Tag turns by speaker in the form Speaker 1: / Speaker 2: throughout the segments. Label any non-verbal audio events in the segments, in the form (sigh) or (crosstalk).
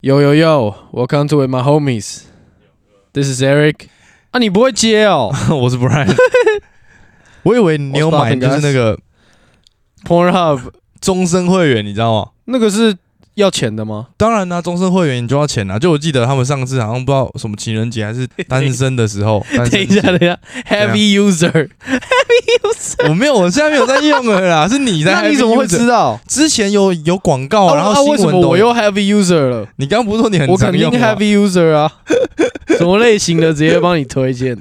Speaker 1: Yo yo yo，welcome to with my homies. This is Eric. 啊，你不会接 (laughs) 哦
Speaker 2: 我是 Brian，我以为你有买就是那个
Speaker 1: ？Pornhub
Speaker 2: 终身会员，你知道吗？
Speaker 1: 那个是要钱的吗？
Speaker 2: 当然啦、终身会员你就要钱啦、啊就我记得他们上次好像不知道什么情人节
Speaker 1: (laughs)
Speaker 2: 还是单身的时候，单身
Speaker 1: (laughs) 等一下，等
Speaker 2: 节
Speaker 1: 一下，Heavy user，
Speaker 2: 我没有，我现在没有在用了
Speaker 1: (laughs)
Speaker 2: 啦，是你在 happy user。
Speaker 1: 那你怎么会知道？
Speaker 2: 之前有有广告啊，然
Speaker 1: 啊
Speaker 2: 后新
Speaker 1: 为什
Speaker 2: 闻
Speaker 1: 么
Speaker 2: 都
Speaker 1: 我
Speaker 2: 有。
Speaker 1: 又 Heavy user 了？
Speaker 2: 你刚刚不是说你很
Speaker 1: 我肯
Speaker 2: 常
Speaker 1: 定
Speaker 2: 用吗？
Speaker 1: Heavy user (laughs) 啊，什么类型的直接帮你推 (laughs) 荐，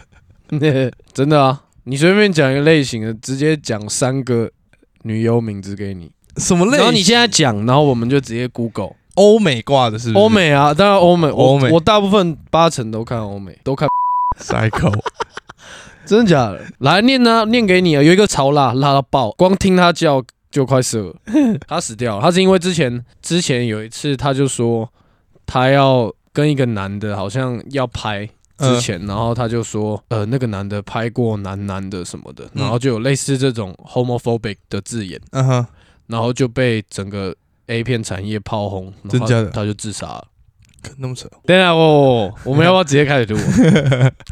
Speaker 1: 真的啊，你随便讲一个类型的，直接讲三个女优名字给你，
Speaker 2: 什么类？
Speaker 1: 然后你现在讲，然后我们就直接 Google。
Speaker 2: 欧美挂的是不是？
Speaker 1: 欧美啊，当然欧美，我
Speaker 2: 欧美
Speaker 1: 我大部分八成都看欧美，都
Speaker 2: (laughs)
Speaker 1: 看，
Speaker 2: cycle
Speaker 1: 真的假的？来念啊，念给你啊，有一个超辣，辣到爆，光听他叫就快射
Speaker 2: (laughs)
Speaker 1: 了，他死掉了，他是因为之前之前有一次他就说他要跟一个男的好像要拍。
Speaker 2: 嗯
Speaker 1: 之前，然后他就说，呃，那个男的拍过男男的什么的，
Speaker 2: 嗯
Speaker 1: 然后就有类似这种 homophobic 的字眼，
Speaker 2: 嗯哼，
Speaker 1: 然后就被整个 A 片产业炮轰，然后
Speaker 2: 真假的
Speaker 1: 他就自杀了。
Speaker 2: 看那么扯。
Speaker 1: 等一下，我我们要不要直接开始
Speaker 2: (laughs)
Speaker 1: 录？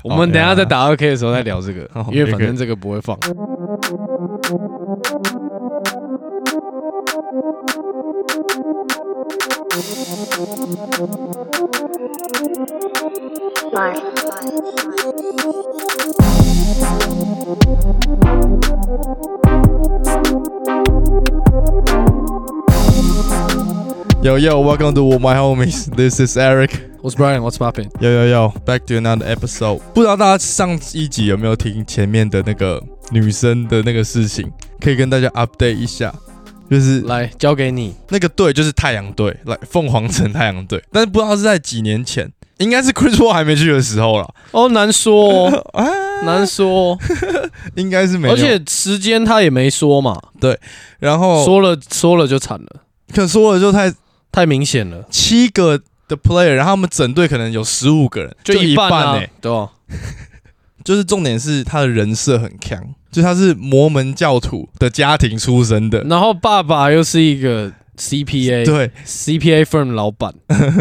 Speaker 1: 我们等一下在打二 K 的时候再聊这个
Speaker 2: 好，
Speaker 1: 因为反
Speaker 2: 也可
Speaker 1: 正这个不会放。
Speaker 2: Yo yo, welcome to my homies. This is Eric.
Speaker 1: 我是 Brian，What's popping？
Speaker 2: 有有有，Back to another episode。不知道大家上一集有没有听前面的那个女生的那个事情，可以跟大家 update 一下。就是
Speaker 1: 来交给你，
Speaker 2: 那个队就是太阳队，来凤凰城太阳队，但是不知道是在几年前，应该是 Chris Paul 还没去的时候了，
Speaker 1: 哦，难说
Speaker 2: (laughs)
Speaker 1: 哦，难说哦，
Speaker 2: 应该是没有。
Speaker 1: 而且时间他也没说嘛，
Speaker 2: 然后
Speaker 1: 说了说了就惨了，
Speaker 2: 可说了就太
Speaker 1: 太明显了，
Speaker 2: 七个的 player，然后他们整队可能有十五个人，就
Speaker 1: 一
Speaker 2: 半
Speaker 1: 啊
Speaker 2: 欸，
Speaker 1: 对吧？
Speaker 2: 就是重点是他的人设很强，就他是摩门教徒的家庭出身的，
Speaker 1: 然后爸爸又是一个 CPA
Speaker 2: 对，
Speaker 1: CPA firm 老板，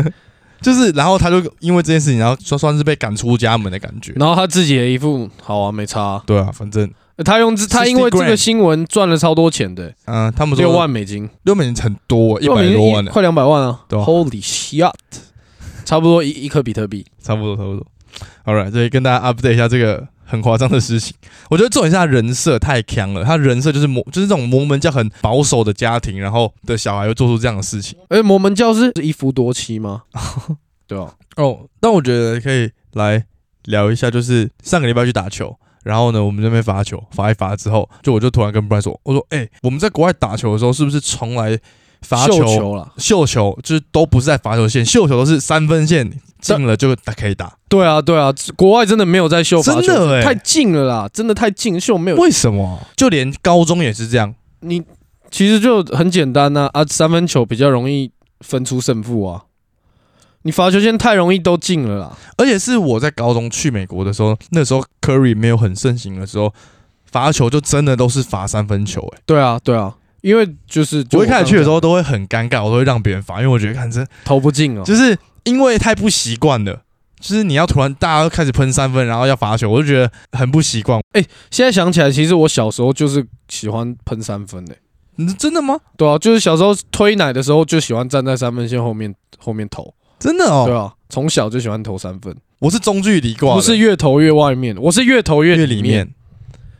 Speaker 2: (laughs) 就是，然后他就因为这件事情，然后算算是被赶出家门的感觉。
Speaker 1: 然后他自己也一副好啊，没差啊，
Speaker 2: 对啊，反正，
Speaker 1: 他用这他因为这
Speaker 2: 60
Speaker 1: 个
Speaker 2: grand
Speaker 1: 新闻赚了超多钱的，
Speaker 2: 嗯、他们说
Speaker 1: 六万美金。
Speaker 2: 六美元很多，一
Speaker 1: 因为我
Speaker 2: 百
Speaker 1: 们
Speaker 2: 多万呢，
Speaker 1: 快两百万啊
Speaker 2: 对啊
Speaker 1: ！Holy shit，差不多一一颗比特币。
Speaker 2: 差不多，差不多。好了，所以跟大家 update 一下这个很夸张的事情。我觉得重点是他人设太强了，他人设就是摩，就是这种摩门教很保守的家庭，然后的小孩会做出这样的事情。
Speaker 1: 而摩门教是一夫多妻
Speaker 2: (laughs)
Speaker 1: 吗？对啊，
Speaker 2: 哦，但我觉得可以来聊一下，就是上个礼拜去打球，然后呢，我们这边罚球，罚一罚之后，就我就突然跟 Brian 说，我说，哎、我们在国外打球的时候，是不是从来罚
Speaker 1: 绣
Speaker 2: 球
Speaker 1: 球啦。
Speaker 2: 绣球就是都不是在罚球线，绣球都是三分线进了就打可以打。
Speaker 1: 对啊，对啊，国外真的没有在秀罚球，
Speaker 2: 真的欸
Speaker 1: 太近了啦，真的太近，秀没有。
Speaker 2: 为什么？就连高中也是这样。
Speaker 1: 你其实就很简单呐、啊，三分球比较容易分出胜负啊。你罚球线太容易都进了啦，
Speaker 2: 而且是我在高中去美国的时候，那时候 Curry 没有很盛行的时候，罚球就真的都是罚三分球、欸。
Speaker 1: 对啊，对啊，因为就是
Speaker 2: 我一开始去的时
Speaker 1: 候
Speaker 2: 候都会很尴尬，我都会让别人罚，因为我觉得看这
Speaker 1: 投不进哦，
Speaker 2: 就是因为太不习惯了。就是你要突然大家都开始喷三分，然后要罚球，我就觉得很不习惯。
Speaker 1: 现在想起来，其实我小时候就是喜欢喷三分的、欸
Speaker 2: 你说真的吗？
Speaker 1: 对啊，就是小时候推奶的时候就喜欢站在三分线后面后面投，
Speaker 2: 真的哦，
Speaker 1: 对啊，从小就喜欢投三分，
Speaker 2: 我是中距离挂的，
Speaker 1: 不是越投越外面，我是越投越
Speaker 2: 越
Speaker 1: 里
Speaker 2: 里
Speaker 1: 面，
Speaker 2: 面。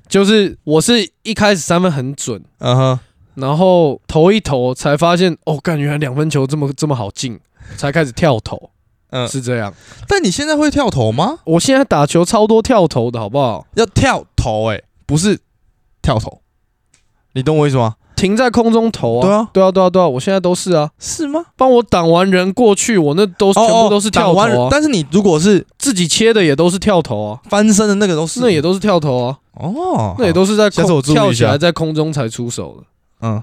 Speaker 1: 就是我是一开始三分很准，
Speaker 2: 嗯哼，
Speaker 1: 然后投一投才发现，哦，干原来两分球这么这么好进，才开始跳投，
Speaker 2: 嗯。
Speaker 1: 是这样。
Speaker 2: 但你现在会跳投吗？
Speaker 1: 我现在打球超多跳投的好不好？
Speaker 2: 要跳投、欸，不是跳投，你懂我意思吗？
Speaker 1: 停在空中投啊，
Speaker 2: 对
Speaker 1: 对
Speaker 2: 啊
Speaker 1: 啊，对啊，对啊，我现在都是啊，
Speaker 2: 是吗？
Speaker 1: 帮我挡完人过去，我那都全部都是跳投
Speaker 2: 打哦完
Speaker 1: 啊，
Speaker 2: 但是你如果是
Speaker 1: 自己切的也都是跳投啊，
Speaker 2: 翻身的那个都是，
Speaker 1: 那也都是跳投啊。
Speaker 2: 哦，
Speaker 1: 那也都是在
Speaker 2: 下次
Speaker 1: 空
Speaker 2: 我注意一
Speaker 1: 跳起
Speaker 2: 下
Speaker 1: 来在空中才出手的。
Speaker 2: 嗯，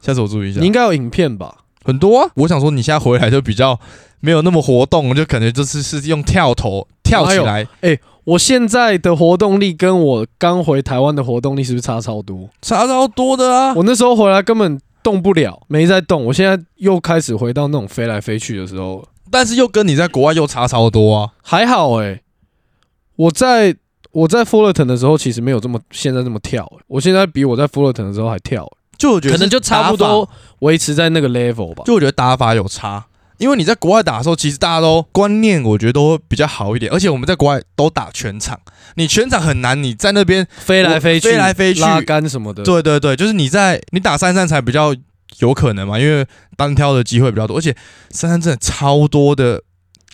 Speaker 2: 下次我注意一下。
Speaker 1: 你应该有影片吧？
Speaker 2: 很多啊，我想说你现在回来就比较没有那么活动，就感觉这次是用跳投跳
Speaker 1: 哦
Speaker 2: 起来，
Speaker 1: 我现在的活动力跟我刚回台湾的活动力是不是差超多？
Speaker 2: 差超多的啊。
Speaker 1: 我那时候回来根本动不了，没在动。我现在又开始回到那种飞来飞去的时候了。
Speaker 2: 但是又跟你在国外又差超多啊。
Speaker 1: 还好诶、我在我在 Fullerton 的时候，其实没有这么现在这么跳欸、我现在比我在 Fullerton 的时候还跳欸、
Speaker 2: 就我觉得
Speaker 1: 可能
Speaker 2: 是
Speaker 1: 就差不
Speaker 2: 打法
Speaker 1: 多维持在那个 level 吧。
Speaker 2: 就我觉得打法有差，因为你在国外打的时候，其实大家都观念我觉得都会比较好一点，而且我们在国外都打全场，你全场很难，你在那边，
Speaker 1: 飞来飞去，
Speaker 2: 飞来飞去
Speaker 1: 拉杆什么的。
Speaker 2: 对对对，就是你在你打三三才比较有可能嘛，因为单挑的机会比较多，而且三三真的超多的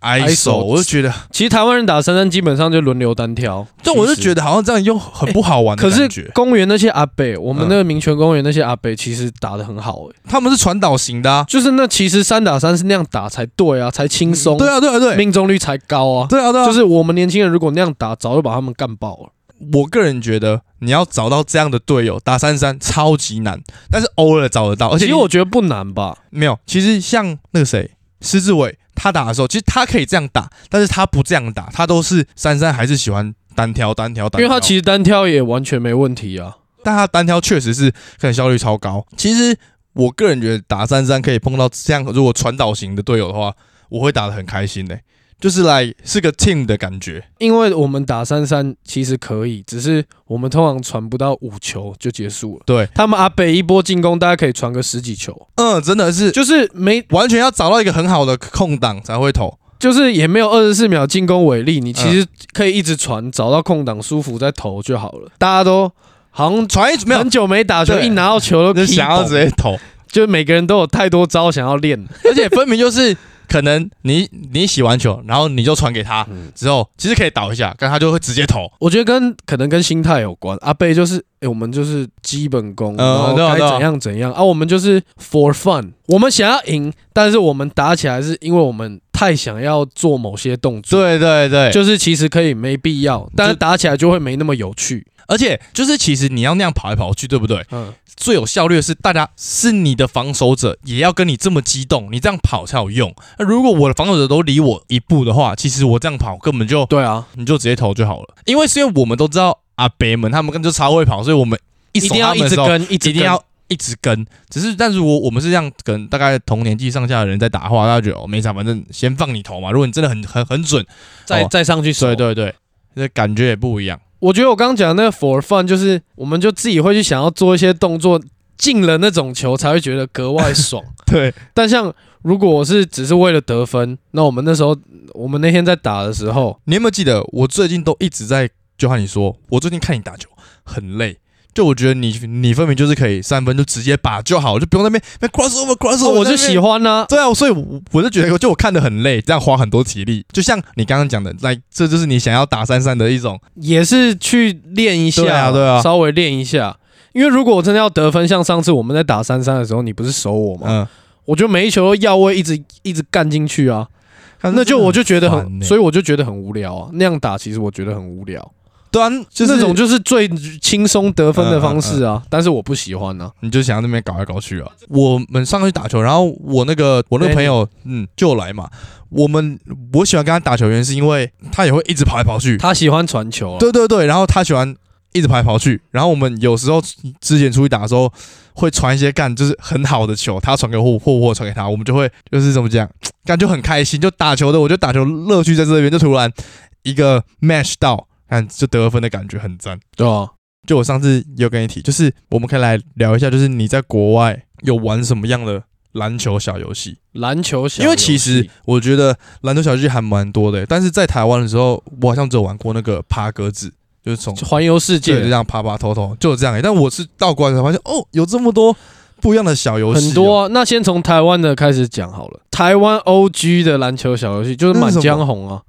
Speaker 2: ISO，
Speaker 1: ISO
Speaker 2: 我就觉得，
Speaker 1: 其实台湾人打三三基本上就轮流单挑，
Speaker 2: 但我就觉
Speaker 1: 得。
Speaker 2: 得好像这样又很不好玩的
Speaker 1: 哎可
Speaker 2: 感
Speaker 1: 是
Speaker 2: 觉。
Speaker 1: 公园那些阿北，我们
Speaker 2: 嗯
Speaker 1: 那个民权公园那些阿北其实打得很好、欸，
Speaker 2: 他们是传导型的、啊，
Speaker 1: 就是那其实三打三是那样打才对啊，才轻松，
Speaker 2: 对啊对啊对，
Speaker 1: 命中率才高啊。
Speaker 2: 对啊对啊，
Speaker 1: 就是我们年轻人如果那样打，早就把他们干爆了。
Speaker 2: 我个人觉得你要找到这样的队友打三三超级难，但是偶尔找得到，而
Speaker 1: 其
Speaker 2: 且你
Speaker 1: 实我觉得不难吧，
Speaker 2: 没有，其实像那个谁，施志伟，他打的时候，其实他可以这样打，但是他不这样打，他都是珊珊还是喜欢单挑单挑单挑，
Speaker 1: 因为他其实单挑也完全没问题啊。
Speaker 2: 但他单挑确实是可能效率超高。其实我个人觉得打三三可以碰到这样，如果传导型的队友的话，我会打得很开心的、就是来是个 team 的感觉。
Speaker 1: 因为我们打三三其实可以，只是我们通常传不到五球就结束了。
Speaker 2: 对，
Speaker 1: 他们阿北一波进攻，大家可以传个十几球，
Speaker 2: 嗯，真的是
Speaker 1: 就是没，
Speaker 2: 完全要找到一个很好的空档才会投。
Speaker 1: 就是也没有二十四秒进攻为例，你其实可以一直传，找到空档舒服再投就好了。大家都好像
Speaker 2: 传一没有
Speaker 1: 很，久没打球，
Speaker 2: 对
Speaker 1: 一拿到球都
Speaker 2: 就想要直接投。
Speaker 1: 就每个人都有太多招想要练。
Speaker 2: (laughs) 而且分明就是可能你你洗完球，然后你就传给他，之后其实可以倒一下，但他就会直接投。
Speaker 1: 我觉得跟可能跟心态有关。阿贝就是，哎、我们就是基本功，
Speaker 2: 嗯
Speaker 1: 然后
Speaker 2: 对啊
Speaker 1: 该
Speaker 2: 对啊
Speaker 1: 怎样怎样啊。我们就是 for fun，我们想要赢，但是我们打起来是因为我们太想要做某些动作，
Speaker 2: 对对对，就
Speaker 1: 就是其实可以没必要，但是
Speaker 2: 就
Speaker 1: 打起来就会没那么有趣。
Speaker 2: 而且就是其实你要那样跑来跑去，对不对？
Speaker 1: 嗯，
Speaker 2: 最有效率的是大家是你的防守者也要跟你这么激动，你这样跑才有用。那如果我的防守者都离我一步的话，其实我这样跑根本就
Speaker 1: 对啊，
Speaker 2: 你就直接投就好了，因为是因为我们都知道阿北们他们根本就超会跑，所以我们一
Speaker 1: 一
Speaker 2: 手
Speaker 1: 定要
Speaker 2: 他们
Speaker 1: 一
Speaker 2: 的
Speaker 1: 直
Speaker 2: 时候
Speaker 1: 跟，哦一直
Speaker 2: 一定要一直跟。只是，但如果我们是这样跟大概同年纪上下的人在打的话，大家觉得哦没啥，反正先放你投嘛。如果你真的很很很准，
Speaker 1: 跟再
Speaker 2: 哦
Speaker 1: 再上去手。
Speaker 2: 对对对，那感觉也不一样。
Speaker 1: 我觉得我刚刚讲的那个 for fun，就是我们就自己会去想要做一些动作，进了那种球才会觉得格外
Speaker 2: (laughs)
Speaker 1: 爽。
Speaker 2: 对，
Speaker 1: 但像如果我是只是为了得分，那我们那时候我们那天在打的时候，
Speaker 2: 你有没有记得我最近都一直在就和你说，我最近看你打球很累。就我觉得你你分明就是可以三分就直接把就好，就不用在那边那 crossover crossover，
Speaker 1: 哦我就喜
Speaker 2: 欢。
Speaker 1: 欢呢、
Speaker 2: 对啊，所以我我就觉得，就我看的很累，这样花很多体力。就像你刚刚讲的，来，这就是你想要打三三的一种。
Speaker 1: 也是去练一下，
Speaker 2: 对啊对啊
Speaker 1: 稍微练一下。因为如果我真的要得分，像上次我们在打三三的时候，你不是守我吗？
Speaker 2: 嗯，
Speaker 1: 我就每一球都要位，一直一直干进去啊，
Speaker 2: 嗯
Speaker 1: 那就我就觉得
Speaker 2: 很
Speaker 1: 很，
Speaker 2: 烦欸
Speaker 1: 所以我就觉得很无聊啊。那样打其实我觉得很无聊，
Speaker 2: 对啊，就是
Speaker 1: 那种就是最轻松得分的方式啊，但是我不喜欢啊。
Speaker 2: 你就想要那边搞来搞去啊。我们上去打球，然后我那个我那个朋友，嗯，就来嘛。我们我喜欢跟他打球，原因是因为他也会一直跑来跑去。
Speaker 1: 他喜欢传球、啊，
Speaker 2: 对对对，然后他喜欢一直跑来跑去。然后我们有时候之前出去打的时候，会传一些干就是很好的球，他传给我，或或我传给他，我们就会就是怎么讲，感觉很开心。就打球的，我觉得打球乐趣在这边，就突然一个 match 到，看就得分的感觉很赞。
Speaker 1: 对啊，
Speaker 2: 就我上次有跟你提，就是我们可以来聊一下，就是你在国外有玩什么样的篮球小游戏？
Speaker 1: 篮球小游戏，
Speaker 2: 因为其实我觉得篮球小游戏还蛮多的、但是在台湾的时候，我好像只有玩过那个爬格子，就是从
Speaker 1: 环游世界
Speaker 2: 对就这样爬爬偷偷，就这样、欸。但我是到国外才发现，哦，有这么多不一样的小游戏哦、
Speaker 1: 很多、啊。那先从台湾的开始讲好了。台湾 OG 的篮球小游戏就是《满江红》啊，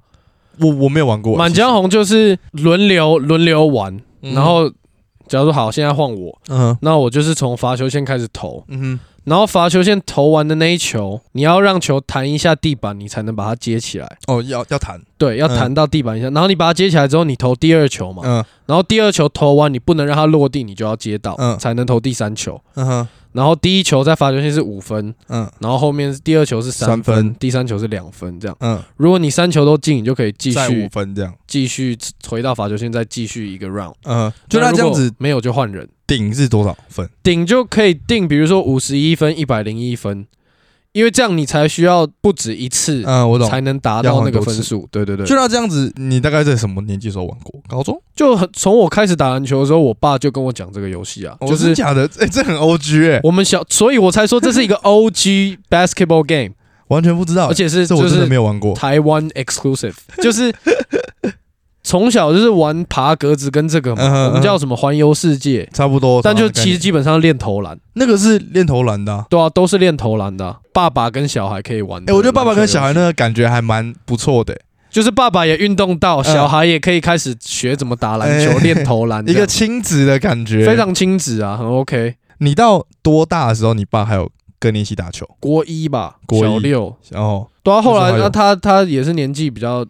Speaker 2: 我我没有玩过
Speaker 1: 《
Speaker 2: 欸
Speaker 1: 满江红》就是轮流轮流玩，
Speaker 2: 嗯
Speaker 1: 然后假如说好，现在换我，
Speaker 2: 嗯哼
Speaker 1: 那我就是从罚球线开始投，
Speaker 2: 嗯
Speaker 1: 然后罚球线投完的那一球，你要让球弹一下地板，你才能把它接起来。
Speaker 2: 哼，哦，要要弹，
Speaker 1: 对，要
Speaker 2: 嗯
Speaker 1: 弹到地板一下，然后你把它接起来之后，你投第二球嘛，
Speaker 2: 嗯
Speaker 1: 然后第二球投完，你不能让它落地，你就要接到，
Speaker 2: 嗯
Speaker 1: 才能投第三球。
Speaker 2: 嗯哼
Speaker 1: 然后第一球在罚球线是五分，
Speaker 2: 嗯
Speaker 1: 然后后面是第二球是三
Speaker 2: 三
Speaker 1: 分，
Speaker 2: 分
Speaker 1: 第三球是两分，这样。
Speaker 2: 嗯，
Speaker 1: 如果你三球都进，你就可以继
Speaker 2: 再五
Speaker 1: 续
Speaker 2: 分这样，
Speaker 1: 继续回到罚球线，再继续一个 round。
Speaker 2: 嗯，就那
Speaker 1: 如
Speaker 2: 这样
Speaker 1: 果
Speaker 2: 子
Speaker 1: 没有就换人，
Speaker 2: 顶是多少分？
Speaker 1: 顶就可以定，比如说五十一分、一百零一分，因为这样你才需要不止一次
Speaker 2: 嗯，我懂。
Speaker 1: 才能达
Speaker 2: 要
Speaker 1: 到
Speaker 2: 很
Speaker 1: 那个
Speaker 2: 多
Speaker 1: 分
Speaker 2: 次
Speaker 1: 数。对对对，
Speaker 2: 就那这样子，你大概在什么年纪的时候玩过？高中？
Speaker 1: 就很从我开始打篮球的时候，我爸就跟我讲这个游戏啊，
Speaker 2: 哦
Speaker 1: 就
Speaker 2: 真
Speaker 1: 是
Speaker 2: 的假的， (laughs) 哎、这很 O G 哎、
Speaker 1: 我们小，所以我才说这
Speaker 2: (laughs)
Speaker 1: 是一个 O G basketball game，
Speaker 2: 完全不知道、
Speaker 1: 而且是
Speaker 2: 哦这
Speaker 1: 就
Speaker 2: 我真的没
Speaker 1: 是
Speaker 2: 有玩过。
Speaker 1: 台湾
Speaker 2: (laughs)
Speaker 1: exclusive，就是从小就是玩爬格子跟这个
Speaker 2: 嗯哼
Speaker 1: 嘛，我们叫什么环游世界，
Speaker 2: 差不多，
Speaker 1: 但就
Speaker 2: 差不多
Speaker 1: 其实基本上练投篮，
Speaker 2: 那个是练投篮的啊、
Speaker 1: 对啊，都是练投篮的啊、爸爸跟小孩可以玩的篮
Speaker 2: 哎、
Speaker 1: 球游戏。
Speaker 2: 我觉得爸爸跟小孩那个感觉还蛮不错的、欸
Speaker 1: 就是爸爸也运动到，
Speaker 2: 嗯
Speaker 1: 小孩也可以开始学怎么打篮球、
Speaker 2: 哎
Speaker 1: 练投篮这
Speaker 2: (laughs) 一
Speaker 1: 样，
Speaker 2: 个亲子的感觉。
Speaker 1: 非，常亲子啊，很 OK。
Speaker 2: 你到多大的时候，你爸还有跟你一起打球？
Speaker 1: 国一吧，
Speaker 2: 国一
Speaker 1: 小六，
Speaker 2: 然后
Speaker 1: 对啊，后
Speaker 2: 那时候
Speaker 1: 来
Speaker 2: 还有
Speaker 1: 那他他也是年纪比较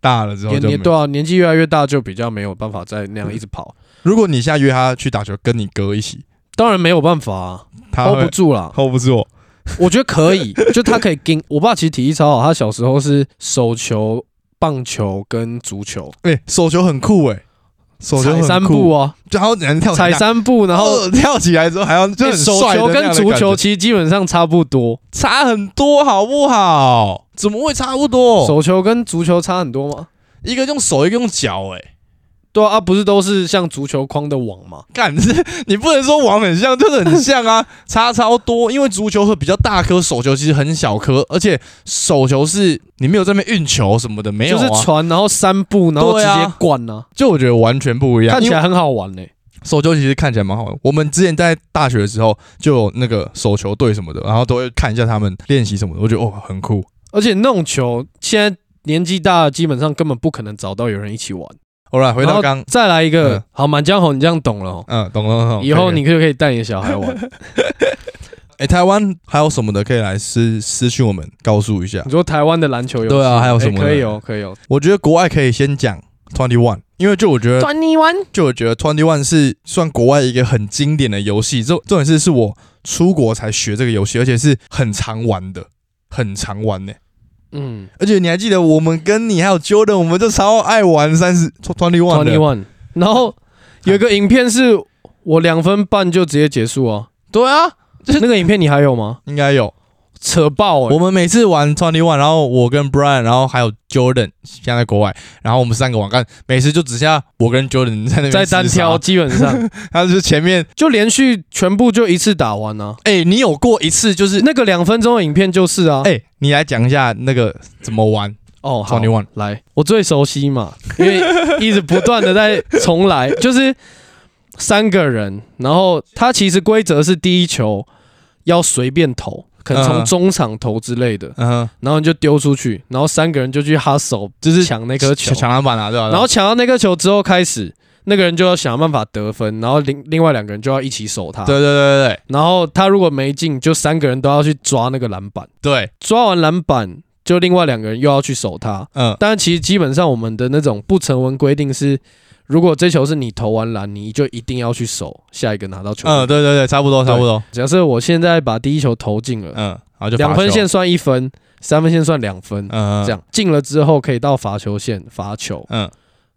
Speaker 2: 大了之后
Speaker 1: 年
Speaker 2: 就没
Speaker 1: 年
Speaker 2: 有。
Speaker 1: 对啊，年纪越来越大就比较没有办法再那样一直跑，
Speaker 2: 如果你现在约他去打球，跟你哥一起，
Speaker 1: 当然没有办法、啊、
Speaker 2: 他
Speaker 1: hold
Speaker 2: 会
Speaker 1: 不住啦。
Speaker 2: hold 不住。
Speaker 1: 我觉得可以， (laughs) 就他可以跟我爸其实体力超好，他小时候是手球、棒球跟足球，
Speaker 2: 哎、手球很酷哎、手球
Speaker 1: 踩
Speaker 2: 很
Speaker 1: 三
Speaker 2: 酷
Speaker 1: 步，啊，
Speaker 2: 然后人跳起来
Speaker 1: 踩，三步，然后、
Speaker 2: 哦跳起来之后还哎要就
Speaker 1: 欸
Speaker 2: 很
Speaker 1: 手
Speaker 2: 帅的
Speaker 1: 球
Speaker 2: 那样
Speaker 1: 跟
Speaker 2: 的
Speaker 1: 足
Speaker 2: 感
Speaker 1: 球
Speaker 2: 觉
Speaker 1: 其实基本上差不多，
Speaker 2: 差很多，好不好？怎么会差不多？
Speaker 1: 手球跟足球差很多吗？
Speaker 2: 一个用手，一个用脚、哎，
Speaker 1: 对啊，啊不是都是像足球框的网吗？
Speaker 2: 干，这你不能说网很像，就是很像啊， (laughs) 差超多。因为足球会比较大颗，手球其实很小颗，而且手球是你没有在那边运球什么的，没有
Speaker 1: 就是
Speaker 2: 啊。
Speaker 1: 传，然后三步，然后直
Speaker 2: 对啊
Speaker 1: 接灌啊，
Speaker 2: 就我觉得完全不一样，
Speaker 1: 看起
Speaker 2: 因为
Speaker 1: 来很好玩欸嘞、
Speaker 2: 手球其实看起来蛮好玩。我们之前在大学的时候就有那个手球队什么的，然后都会看一下他们练习什么的，我觉得哦很酷。
Speaker 1: 而且那种球，现在年纪大了，基本上根本不可能找到有人一起玩。
Speaker 2: 好了，回
Speaker 1: 然
Speaker 2: 到
Speaker 1: 后
Speaker 2: 刚，
Speaker 1: 再来一个，
Speaker 2: 嗯
Speaker 1: 好，《满江红》，你这样懂了、哦。
Speaker 2: 嗯，懂了懂了。
Speaker 1: 以后
Speaker 2: 可以
Speaker 1: 你就可以带你的小孩玩。
Speaker 2: 哎、台湾还有什么的可以来私私讯我们，告诉一下
Speaker 1: 你。说台湾的篮球游戏，
Speaker 2: 对啊还有什么
Speaker 1: 哎可以哦，可以哦。
Speaker 2: 我觉得国外可以先讲 Twenty One，因为就我觉得，
Speaker 1: 转你玩，
Speaker 2: 就我觉得 Twenty One 是算国外一个很经典的游戏。这重点是是我出国才学这个游戏，而且是很常玩的，很常玩呢、
Speaker 1: 嗯
Speaker 2: 而且你还记得我们跟你还有 Jordan，我们就超爱玩三十 Twenty One
Speaker 1: ，Twenty
Speaker 2: 的。
Speaker 1: One。然后有一个影片是我两分半就直接结束
Speaker 2: (laughs)
Speaker 1: 啊，
Speaker 2: 对啊，
Speaker 1: 那个影片你还有吗？
Speaker 2: 应该有。
Speaker 1: 扯爆哎、
Speaker 2: 我们每次玩 Twenty One，然后我跟 Brian，然后还有 Jordan，现在在国外，然后我们三个玩干，每次就只剩下我跟 Jordan 在那边
Speaker 1: 在单
Speaker 2: 厮杀
Speaker 1: 挑，基本
Speaker 2: (laughs)
Speaker 1: 上
Speaker 2: 他就是前面，
Speaker 1: 就连续全部就一次打完啊。
Speaker 2: 哎、你有过一次就是，
Speaker 1: 那个两分钟的影片就是啊，
Speaker 2: 哎、你来讲一下那个怎么玩
Speaker 1: 哦，好
Speaker 2: ，Twenty，One，
Speaker 1: 来，我最熟悉
Speaker 2: (laughs)
Speaker 1: 嘛，因为一直不断的在重来，就是三个人，然后他其实规则是第一球要随便投，可能从
Speaker 2: 嗯
Speaker 1: 中场投之类的，
Speaker 2: 嗯哼，
Speaker 1: 然后你就丢出去，然后三个人就去哈手，
Speaker 2: 就是
Speaker 1: 抢那颗球
Speaker 2: 抢，抢篮板啊，对吧、
Speaker 1: 然后抢到那颗球之后开始。那个人就要想办法得分，然后另另外两个人就要一起守他。
Speaker 2: 对对对对
Speaker 1: 然后他如果没进，就三个人都要去抓那个篮板。
Speaker 2: 对，
Speaker 1: 抓完篮板，就另外两个人又要去守他。
Speaker 2: 嗯，
Speaker 1: 但其实基本上我们的那种不成文规定是，如果这球是你投完篮，你就一定要去守下一个拿到球。嗯，
Speaker 2: 嗯，对对对，差不多差不多，
Speaker 1: 假设我现在把第一球投进了，
Speaker 2: 嗯，然后就罚
Speaker 1: 两分
Speaker 2: 球
Speaker 1: 线，算一分，三分线算两分，
Speaker 2: 嗯，
Speaker 1: 这，样进了之后可以到罚球线罚球，
Speaker 2: 嗯，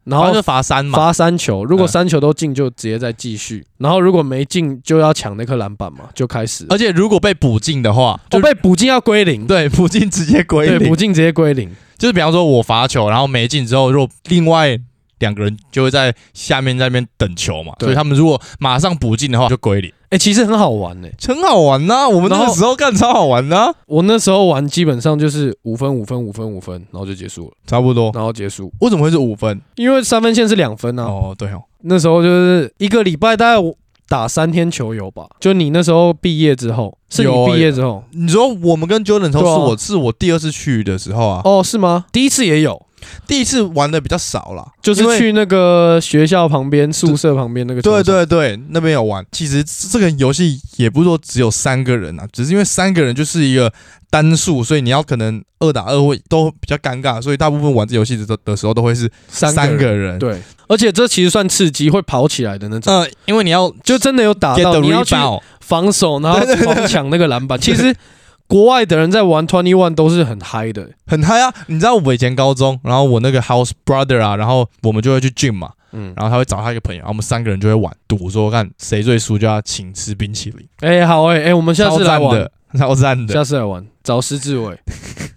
Speaker 1: 然
Speaker 2: 然后就
Speaker 1: 后。
Speaker 2: 罚三嘛，
Speaker 1: 罚三球，如果
Speaker 2: 嗯
Speaker 1: 三球都进，就直接再继续。然后如果没进，就要抢那颗篮板嘛，就开始了。
Speaker 2: 而且如果被补进的话，
Speaker 1: 就
Speaker 2: 就、
Speaker 1: 被补进要归零，
Speaker 2: 呃哦对补进直接归
Speaker 1: 哦对，
Speaker 2: 零
Speaker 1: 补，进直接归零。
Speaker 2: 就是比方说我罚球，然后没进之后，如果另外两个人就会在下面在那边等球嘛，
Speaker 1: 对
Speaker 2: 所以他们如果马上补进的话就归零，
Speaker 1: 哎，其实很好玩呢、
Speaker 2: 很好玩呐、我们那
Speaker 1: 然
Speaker 2: 个
Speaker 1: 后
Speaker 2: 时候干超好玩呐、
Speaker 1: 我那时候玩基本上就是五分、五分、五分、五分，然后就结束了，
Speaker 2: 差不多。
Speaker 1: 然后结束，
Speaker 2: 为什么会是五分？
Speaker 1: 因为三分线是两分啊。
Speaker 2: 哦，对哦，
Speaker 1: 那时候就是一个礼拜大概我打三天球游吧，就你那时候毕业之后，是你
Speaker 2: 有啊
Speaker 1: 毕业之后
Speaker 2: 你说我们跟 Jordan 同
Speaker 1: 对
Speaker 2: 是
Speaker 1: 啊
Speaker 2: 我是我第二次去的时候啊，
Speaker 1: 哦，是吗？第一次也有，
Speaker 2: 第一次玩的比较少啦，
Speaker 1: 就是
Speaker 2: 因为
Speaker 1: 去那个学校旁边、宿舍旁边那个球场，
Speaker 2: 对对对，那边有玩。其实这个游戏也不是说只有三个人啊，只是因为三个人就是一个单数，所以你要可能二打二会都比较尴尬，所以大部分玩这游戏的的时候都会是
Speaker 1: 三
Speaker 2: 三
Speaker 1: 人
Speaker 2: 个人。
Speaker 1: 对，而且这其实算刺激，会跑起来的那种。
Speaker 2: 呃，因为你要
Speaker 1: 就真的有打
Speaker 2: get
Speaker 1: 到，
Speaker 2: the
Speaker 1: 你要去
Speaker 2: rebound，
Speaker 1: 防守，然后
Speaker 2: 对对对
Speaker 1: 狂抢那个
Speaker 2: (laughs)
Speaker 1: 篮板。其实国外的人在玩 Twenty One 都是很嗨的，
Speaker 2: 很嗨啊！你知道我以前高中，然后我那个 house brother 啊，然后我们就会去 gym 嘛，
Speaker 1: 嗯，
Speaker 2: 然后他会找他一个朋友，然后我们三个人就会玩，赌说看谁最输就要请吃冰淇淋。
Speaker 1: 哎、好哎、哎、我们下
Speaker 2: 超
Speaker 1: 次来
Speaker 2: 赞
Speaker 1: 玩
Speaker 2: 的，超赞的。
Speaker 1: 下次来玩，找石志伟。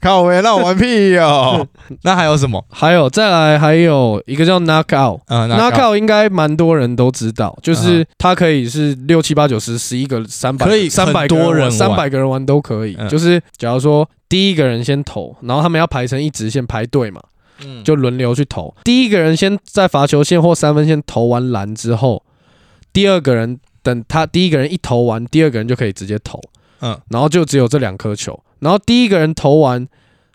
Speaker 2: 靠喂，让我玩屁哦。
Speaker 1: (laughs)
Speaker 2: 那还有什么？
Speaker 1: 还有再来还有一个叫 Knockout。
Speaker 2: 嗯，拿
Speaker 1: Knockout 应该蛮多人都知道，就
Speaker 2: 嗯
Speaker 1: 是它可以是六七八九十十一个三百，
Speaker 2: 可以
Speaker 1: 三百
Speaker 2: 很多人玩
Speaker 1: 三百个人玩都可以。
Speaker 2: 嗯
Speaker 1: 就是假如说第一个人先投，然后他们要排成一直线排队嘛，
Speaker 2: 嗯
Speaker 1: 就轮流去投。第一个人先在罚球线或三分线投完篮之后，第二个人等他第一个人一投完，第二个人就可以直接投。
Speaker 2: 嗯
Speaker 1: 然后就只有这两颗球。然后第一个人投完，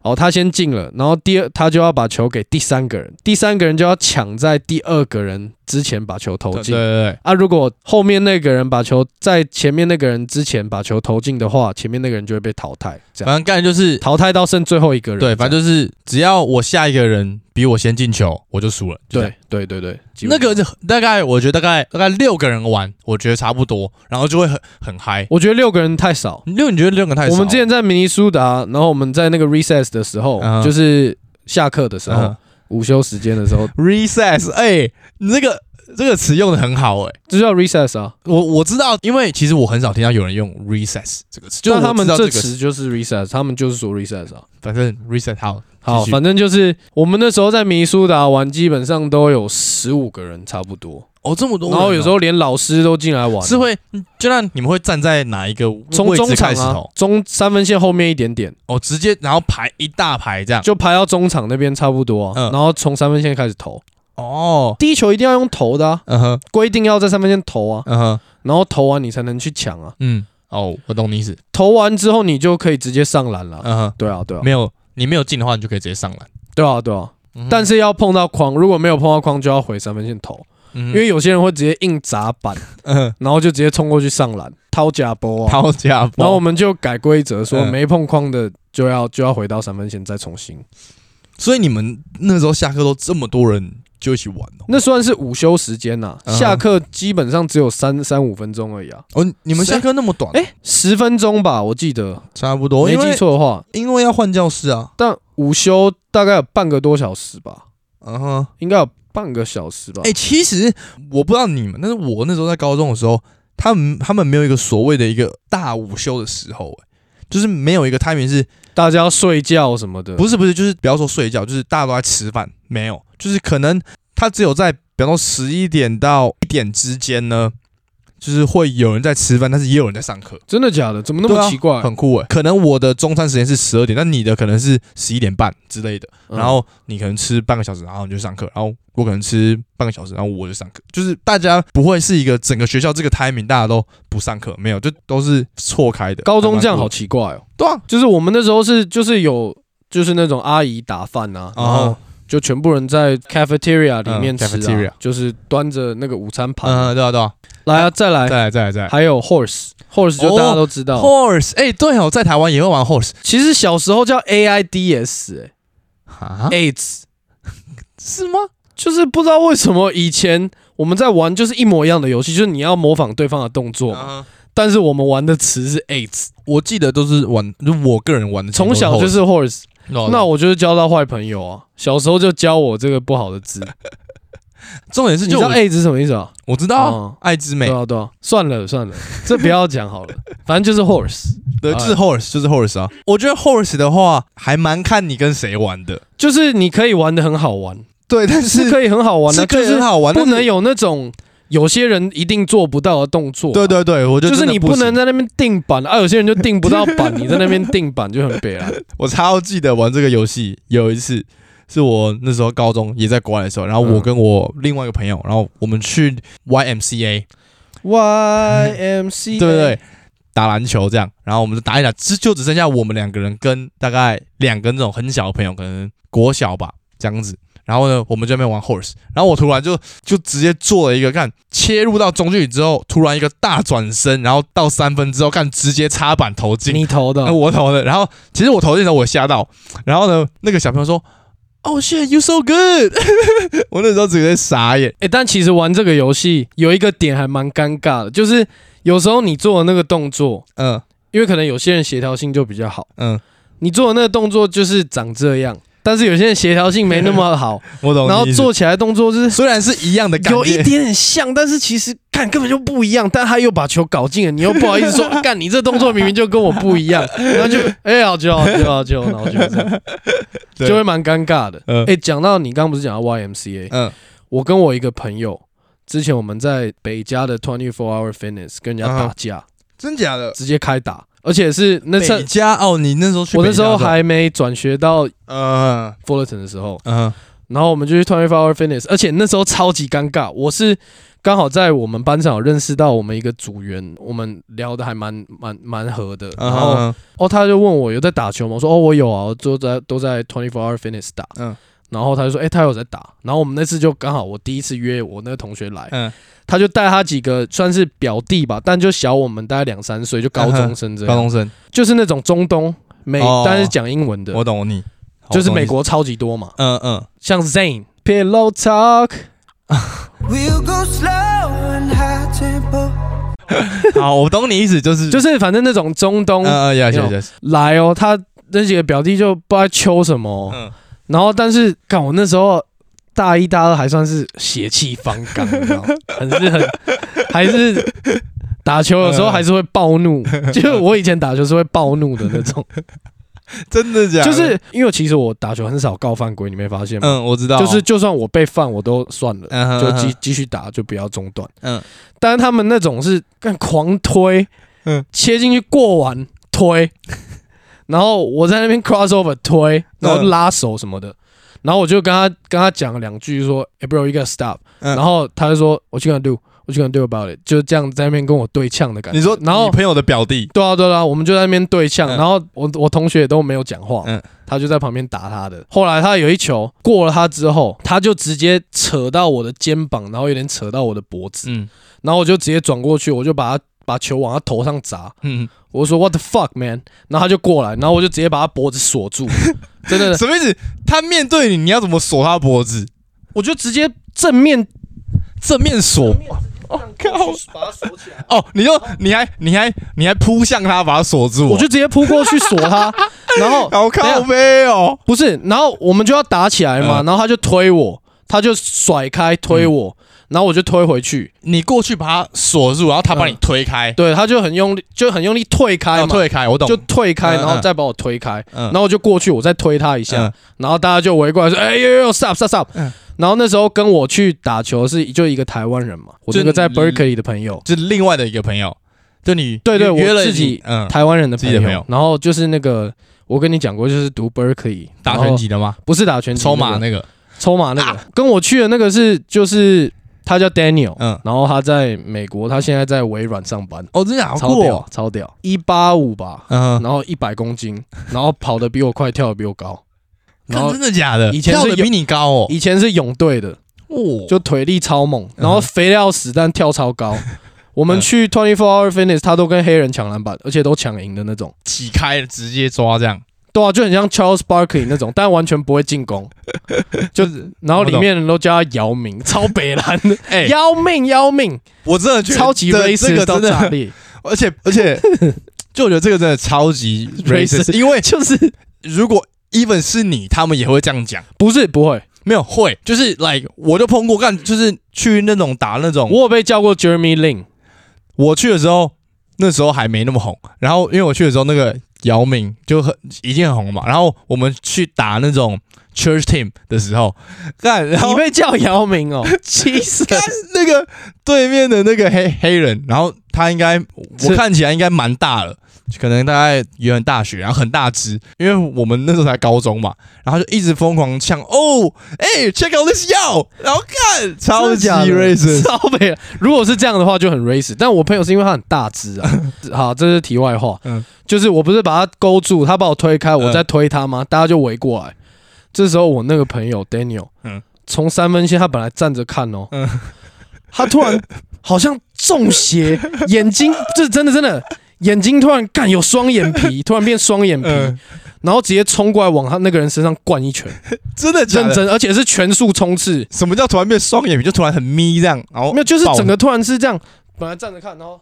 Speaker 1: 哦，他先进了，然后第二他就要把球给第三个人，第三个人就要抢在第二个人之前把球投
Speaker 2: 对对
Speaker 1: 进。
Speaker 2: 对，
Speaker 1: 啊，如果后面那个人把球在前面那个人之前把球投进的话，前面那个人就会被淘汰，这样
Speaker 2: 反正干就是
Speaker 1: 淘汰到剩最后一个人。
Speaker 2: 对，反
Speaker 1: 这样
Speaker 2: 正就是只要我下一个人比我先进球，我就输了。就这样
Speaker 1: 对对对对，基
Speaker 2: 那
Speaker 1: 本上
Speaker 2: 个就大概，我觉得大概大概六个人玩，我觉得差不多，然后就会很很嗨。
Speaker 1: 我觉得六个人太少。
Speaker 2: 六，你觉得六个太少？
Speaker 1: 我们之前在明尼苏达，然后我们在那个 recess 的时候，
Speaker 2: 嗯
Speaker 1: 就是下课的时候、
Speaker 2: 嗯
Speaker 1: 午休时间的时候，
Speaker 2: recess，哎、你这个这个词用的很好、哎，
Speaker 1: 就叫 recess 啊。
Speaker 2: 我我知道，因为其实我很少听到有人用 recess 这个词，就
Speaker 1: 但他们
Speaker 2: 我知道
Speaker 1: 这
Speaker 2: 这个词，
Speaker 1: 词就是 reset，他们就是说 reset 啊。
Speaker 2: 反正 reset 好，
Speaker 1: 好，
Speaker 2: 继续
Speaker 1: 反正就是我们那时候在明尼苏达玩，基本上都有十五个人差不多，啊
Speaker 2: 哦这么多
Speaker 1: 然
Speaker 2: 人哦，
Speaker 1: 后有时候连老师都进来玩，
Speaker 2: 是会，就让你们会站在哪一个
Speaker 1: 从
Speaker 2: 位
Speaker 1: 中
Speaker 2: 置
Speaker 1: 场
Speaker 2: 开始哦
Speaker 1: 啊
Speaker 2: 投？，
Speaker 1: 中三分线后面一点点，
Speaker 2: 哦，直接然后排一大排这样，
Speaker 1: 就排到中场那边差不多啊、
Speaker 2: 啊嗯
Speaker 1: 然后从三分线开始投，
Speaker 2: 哦，
Speaker 1: 第一球一定要用投的、啊，
Speaker 2: 嗯哼，
Speaker 1: 规定要在三分线投啊，
Speaker 2: 嗯哼，
Speaker 1: 然后投完你才能去抢啊，
Speaker 2: 嗯，哦，我懂你意思，
Speaker 1: 投完之后你就可以直接上篮了、
Speaker 2: 嗯哼。
Speaker 1: 对啊，对啊，
Speaker 2: 没有你没有进的话，你就可以直接上篮。
Speaker 1: 对啊，对啊，
Speaker 2: 嗯
Speaker 1: 但是要碰到框，如果没有碰到框就要回三分线投，
Speaker 2: 因
Speaker 1: 因为有些人会直接硬砸
Speaker 2: (laughs)
Speaker 1: 板。
Speaker 2: 嗯
Speaker 1: 然后就直接冲过去上篮掏假波啊。
Speaker 2: 抛家
Speaker 1: 然后我
Speaker 2: 包，
Speaker 1: 们就改规则，说
Speaker 2: 嗯
Speaker 1: 没碰框的就要就要回到三分线再重新。
Speaker 2: 所以你们那时候下课都这么多人就一起玩哦。
Speaker 1: 那算是午休时间呐、
Speaker 2: 嗯哼
Speaker 1: 下课基本上只有三三五分钟而已啊。
Speaker 2: 哦，你们
Speaker 1: 谁
Speaker 2: 下课那么短？
Speaker 1: 哎，十分钟吧，我记得
Speaker 2: 差不多，
Speaker 1: 没
Speaker 2: 嗯哦因
Speaker 1: 记
Speaker 2: 为
Speaker 1: 错的话。
Speaker 2: 因为要换教室啊。
Speaker 1: 但午休大概有半个多小时吧，
Speaker 2: 嗯哼，
Speaker 1: 应该有半个小时吧。
Speaker 2: 哎，其实我不知道你们，但是我那时候在高中的时候，他们他们没有一个所谓的一个大午休的时候，哎，就是没有一个 timing 是
Speaker 1: 大家要睡觉什么的，
Speaker 2: 不是不是，就是不要说睡觉，就是大家都在吃饭，没有，就是可能他只有在，比方说十一点到一点之间呢，就是会有人在吃饭，但是也有人在上课，
Speaker 1: 真的假的？怎么那
Speaker 2: 对
Speaker 1: 么
Speaker 2: 啊
Speaker 1: 奇怪？
Speaker 2: 很酷诶。可能我的中餐时间是十二点，但你的可能是十一点半之类的，
Speaker 1: 嗯
Speaker 2: 然后你可能吃半个小时，然后你就上课，然后我可能吃半个小时，然后我就上课，就是大家不会是一个整个学校这个 timing 大家都不上课，没有，就都是错开的。
Speaker 1: 高中这样
Speaker 2: 还
Speaker 1: 好
Speaker 2: 蛮酷的，
Speaker 1: 奇怪哦。
Speaker 2: 对啊，
Speaker 1: 就是我们那时候是就是有就是那种阿姨打饭啊，然后
Speaker 2: 哦
Speaker 1: 就全部人在 cafeteria 里面
Speaker 2: 嗯
Speaker 1: 吃、啊
Speaker 2: cafeteria
Speaker 1: 就是端着那个午餐盘、
Speaker 2: 嗯，对啊对啊，
Speaker 1: 来啊，再来，
Speaker 2: 再来再来再来。
Speaker 1: 还有 horse。horse 就大家都知道，
Speaker 2: 哦 Horse，哎、对哦，在台湾也会玩 Horse
Speaker 1: 其实小时候叫 AIDS，AIDS、欸
Speaker 2: 啊
Speaker 1: AIDS
Speaker 2: 是吗？
Speaker 1: 欸就是不知道为什么以前我们在玩就是一模一样的游戏，就是你要模仿对方的动作
Speaker 2: 嗯
Speaker 1: 嘛，但是我们玩的词是 AIDS，
Speaker 2: 我记得都是玩，就我个人玩的，
Speaker 1: 从小就是 horse，
Speaker 2: No, no.
Speaker 1: 那我就是交到坏朋友啊，小时候就教我这个不好的
Speaker 2: (laughs)
Speaker 1: 字，
Speaker 2: 重点
Speaker 1: 你
Speaker 2: 是
Speaker 1: 知
Speaker 2: 就
Speaker 1: 道
Speaker 2: 我
Speaker 1: AIDS 是什么意思啊？
Speaker 2: 我知道啊、
Speaker 1: 嗯
Speaker 2: 爱之美
Speaker 1: 对，啊，对啊，算了算了，这不要讲好了，反正就是 horse，
Speaker 2: 对，就是
Speaker 1: 哎
Speaker 2: Horse，就是 Horse 啊。我觉得 Horse 的话还蛮看你跟谁玩的，
Speaker 1: 就是你可以玩的很好玩，
Speaker 2: 对，但
Speaker 1: 是可以很好玩的，啊
Speaker 2: 是可
Speaker 1: 就
Speaker 2: 以
Speaker 1: 是
Speaker 2: 很好玩，
Speaker 1: 不
Speaker 2: 但
Speaker 1: 能
Speaker 2: 是
Speaker 1: 有那种有些人一定做不到的动作，啊
Speaker 2: 对，对对，我就
Speaker 1: 就是
Speaker 2: 真的
Speaker 1: 你
Speaker 2: 不
Speaker 1: 不能
Speaker 2: 行，
Speaker 1: 在那边定板啊，有些人就定不到板，你在那边定板就很悲
Speaker 2: (laughs)
Speaker 1: 哀。
Speaker 2: 我超记得玩这个游戏，有一次是我那时候高中也在国外的时候，然后我
Speaker 1: 嗯
Speaker 2: 跟我另外一个朋友，然后我们去 YMCA，
Speaker 1: Y M (laughs) C，
Speaker 2: 对不对？打篮球这样，然后我们就打一打，只就只剩下我们两个人跟大概两个那种很小的朋友，可能国小吧这样子。然后呢，我们就在那边玩 horse，然后我突然就就直接做了一个看切入到中距离之后，突然一个大转身，然后到三分之后看直接插板投进，
Speaker 1: 你投的啊
Speaker 2: 呃，我投的。然后其实我投进的时候我吓到，然后呢，那个小朋友说：“Oh shit, you so good！” (laughs) 我那时候直接傻眼。
Speaker 1: 哎，但其实玩这个游戏有一个点还蛮尴尬的，就是有时候你做的那个动作，
Speaker 2: 嗯
Speaker 1: 因为可能有些人协调性就比较好，
Speaker 2: 嗯，
Speaker 1: 你做的那个动作就是长这样。但是有些人协调性没那么好，
Speaker 2: 我 (laughs) 懂你意思。
Speaker 1: 然后做起来动作就是
Speaker 2: 虽然是一样的感觉，
Speaker 1: 有一点点像，但是其实看根本就不一样。但他又把球搞进了，你又不好意思说，
Speaker 2: (laughs)
Speaker 1: 干你这动作明明就跟我不一样，然后就哎、好球好球好球，然后就这样，
Speaker 2: (laughs) 对
Speaker 1: 就会蛮尴尬的。
Speaker 2: 嗯
Speaker 1: 哎、讲到你刚刚不是讲到 YMCA，
Speaker 2: 嗯
Speaker 1: 我跟我一个朋友之前我们在北加的 Twenty Four Hour Fitness 跟人家
Speaker 2: 啊
Speaker 1: 打架，
Speaker 2: 真假的？
Speaker 1: 直接开打，而且是那次
Speaker 2: 北加哦，你那时候去
Speaker 1: 我那
Speaker 2: 北加的
Speaker 1: 时
Speaker 2: 时候，
Speaker 1: 候还没转学到
Speaker 2: 嗯
Speaker 1: Fullerton 的时候，
Speaker 2: 嗯
Speaker 1: 然后我们就去 Twenty Four Hour Fitness，而且那时候超级尴尬。我是刚好在我们班上有认识到我们一个组员，我们聊的还蛮蛮蛮合的。然后、
Speaker 2: 嗯
Speaker 1: 哦，他就问我有在打球吗？我说哦，我有啊，我都在都在 Twenty Four Hour Fitness 打。
Speaker 2: 嗯
Speaker 1: 然后他就说，哎、他有在打。然后我们那次就刚好我第一次约我那个同学来，
Speaker 2: 嗯，
Speaker 1: 他就带他几个算是表弟吧，但就小我们大概两三岁，就高中生这
Speaker 2: 嗯高
Speaker 1: 样，
Speaker 2: 中生，
Speaker 1: 就是那种中东美，
Speaker 2: 哦
Speaker 1: 但是讲英文的
Speaker 2: 我，懂你，
Speaker 1: 就是美
Speaker 2: 我
Speaker 1: 国超级多嘛， (laughs)
Speaker 2: 懂你，嗯嗯，
Speaker 1: 像 Zayn Pillow Talk。
Speaker 3: We'll go slow and high tempo.
Speaker 2: 好，我懂你意思，就是，
Speaker 1: 就是是反正那种中东
Speaker 2: 嗯嗯，yes yes yes，
Speaker 1: 来哦，他那几个表弟就不知道在秋什么，
Speaker 2: 嗯
Speaker 1: 然后但是看我那时候大一大二还算是血气方刚，你知道吗， (laughs) 很是很还是打球有时
Speaker 2: 嗯
Speaker 1: 候还是会暴怒，就是我以前打球是会暴怒的那种，
Speaker 2: 真的假的？
Speaker 1: 就是因为其实我打球很少告犯规，你没发现吗？
Speaker 2: 啊嗯，我知道，
Speaker 1: 就是就算我被犯我都算了，
Speaker 2: 嗯哼
Speaker 1: 就
Speaker 2: 嗯哼
Speaker 1: 继继续打，就不要中断。
Speaker 2: 嗯
Speaker 1: 但是他们那种是干狂推，
Speaker 2: 嗯
Speaker 1: 切进去过完推，然后我在那边 crossover
Speaker 2: 嗯
Speaker 1: 推，然后拉手什么的，然后我就跟他跟他讲了两句说，哎、b r o you gotta stop，、
Speaker 2: 嗯
Speaker 1: 然后他就说，what you gonna do，what you gonna do about it，就是这样在那边跟我对呛的感觉。
Speaker 2: 你说，
Speaker 1: 然后
Speaker 2: 朋友的表弟，
Speaker 1: 对啊，对啊，我们就在那边对呛，
Speaker 2: 嗯
Speaker 1: 然后我我同学也都没有讲话，
Speaker 2: 嗯
Speaker 1: 他就在旁边打他的。后来他有一球过了他之后，他就直接扯到我的肩膀，然后有点扯到我的脖子，
Speaker 2: 嗯
Speaker 1: 然后我就直接转过去，我就把他把球往他头上砸，
Speaker 2: 嗯，
Speaker 1: 我就说 What the fuck man，然后他就过来，然后我就直接把他脖子锁
Speaker 2: (laughs)
Speaker 1: 住，真的，
Speaker 2: 什么意思？他面对你，你要怎么锁他脖子？
Speaker 1: 我就直接正面
Speaker 2: 正面锁靠
Speaker 1: 把他锁起来，
Speaker 2: 哦，你就你还你还你还扑向他，把他锁住哦，
Speaker 1: 我就直接扑过去锁他，然后
Speaker 2: 好
Speaker 1: 等一
Speaker 2: 靠
Speaker 1: 下
Speaker 2: 背哦，
Speaker 1: 不是，然后我们就要打起来嘛，
Speaker 2: 嗯
Speaker 1: 然后他就推我，他就甩开推我，然后我就推回去，
Speaker 2: 你过去把他锁住，然后他把你推开，
Speaker 1: 对，他就很用力，就很用力退嗯开
Speaker 2: 要
Speaker 1: 嘛，
Speaker 2: 退开，我懂，
Speaker 1: 就退开，
Speaker 2: 啊嗯嗯
Speaker 1: 然后再把我推开，
Speaker 2: 嗯
Speaker 1: 然后我就过去，我再推他一下
Speaker 2: 嗯，
Speaker 1: 然后大家就围过来说，哎呦呦呦，stop stop stop，
Speaker 2: 嗯
Speaker 1: 然后那时候跟我去打球是就一个台湾人嘛，我
Speaker 2: 就
Speaker 1: 那个在
Speaker 2: 你
Speaker 1: Berkeley 的朋友，
Speaker 2: 就另外的一个朋友，就你
Speaker 1: 对对
Speaker 2: 约
Speaker 1: 我
Speaker 2: 了
Speaker 1: 自
Speaker 2: 你
Speaker 1: 己
Speaker 2: 嗯
Speaker 1: 台湾人的
Speaker 2: 自
Speaker 1: 朋
Speaker 2: 己的
Speaker 1: 友，
Speaker 2: 朋友
Speaker 1: 然后就是那个我跟你讲过，就是读 Berkeley
Speaker 2: 打
Speaker 1: 然
Speaker 2: 拳
Speaker 1: 后
Speaker 2: 击的吗？
Speaker 1: 不是打拳击，
Speaker 2: 抽马
Speaker 1: 那个
Speaker 2: 那个，
Speaker 1: 抽马那个，
Speaker 2: 啊
Speaker 1: 跟我去的那个是就是他叫 Daniel，
Speaker 2: 嗯，
Speaker 1: 然后他在美国，他现在在微软上班，
Speaker 2: 哦，真的好
Speaker 1: 超
Speaker 2: 酷
Speaker 1: 屌
Speaker 2: 哦，，
Speaker 1: 超屌，一八五吧，
Speaker 2: 嗯，
Speaker 1: 然后一百公斤，然后跑得比我快，跳得比我高，然
Speaker 2: 看
Speaker 1: 后
Speaker 2: 真的假的？
Speaker 1: 以前是
Speaker 2: 跳的
Speaker 1: 有
Speaker 2: 比你高哦，
Speaker 1: 以前是泳队的，
Speaker 2: 哦，
Speaker 1: 就腿力超猛，
Speaker 2: 嗯
Speaker 1: 然后肥料死，但跳超
Speaker 2: (laughs)
Speaker 1: 高。我们去 Twenty Four Hour Fitness，他都跟黑人抢篮板，而且都抢赢的那种。
Speaker 2: 起开了，直接抓这样，
Speaker 1: 对啊，就很像 Charles Barkley 那种，但完全不会进攻，就是然后里面人都叫他姚明，超北蓝的，
Speaker 2: 哎
Speaker 1: 要命要命，
Speaker 2: 我真的觉得
Speaker 1: 超级
Speaker 2: 这
Speaker 1: racist
Speaker 2: 这个
Speaker 1: 到
Speaker 2: 真
Speaker 1: 炸
Speaker 2: 的， (laughs)
Speaker 1: 裂，
Speaker 2: 而且
Speaker 1: (laughs)
Speaker 2: 而且，就我觉得这个真的超级
Speaker 1: Racist
Speaker 2: racist，因为
Speaker 1: 就是
Speaker 2: 如果 even 是你，他们也会这样讲。
Speaker 1: 不是不会，
Speaker 2: 没有会，就是 like 我就碰过干，就是去那种打那种，我
Speaker 1: 我有被叫过 Jeremy Lin，
Speaker 2: 我去的时候，那时候还没那么红。然后因为我去的时候，那个姚明就很已经很红了嘛。然后我们去打那种 church team 的时候，干， (laughs) 然
Speaker 1: 你
Speaker 2: 后
Speaker 1: 被叫姚明
Speaker 2: (laughs)
Speaker 1: 哦，气死！
Speaker 2: 那个对面的那个黑黑人，然后他应该我
Speaker 1: 是
Speaker 2: 看起来应该蛮大了，可能大概也很大学，然后很大只，因为我们那时候才高中嘛，然后就一直疯狂呛哦，哎、c h e c k out this yo，然后看超级 racist，
Speaker 1: 超北蓝。如果是这样的话，就很 racist。但我朋友是因为他很大只
Speaker 2: (laughs)
Speaker 1: 啊。好，这是题外话。
Speaker 2: 嗯
Speaker 1: 就是我不是把他勾住，他把我推开，我在推他吗？大家就围过来。这时候我那个朋友 Daniel，
Speaker 2: 嗯
Speaker 1: 从三分线他本来站着看哦，
Speaker 2: 嗯
Speaker 1: 他突然好像中
Speaker 2: (laughs)
Speaker 1: 邪，眼睛这真的真的眼睛突然干有双眼
Speaker 2: (laughs)
Speaker 1: 皮，突然变双眼皮，
Speaker 2: 嗯
Speaker 1: 然后直接冲过来往他那个人身上灌一拳，
Speaker 2: 真的假
Speaker 1: 认
Speaker 2: 的？
Speaker 1: 真，而且是全速冲刺，
Speaker 2: 什么叫突然变双眼皮？就突然很眯这样，然后
Speaker 1: 没有，就是
Speaker 2: 哦爆
Speaker 1: 整个突然是这样，本来站着看，然后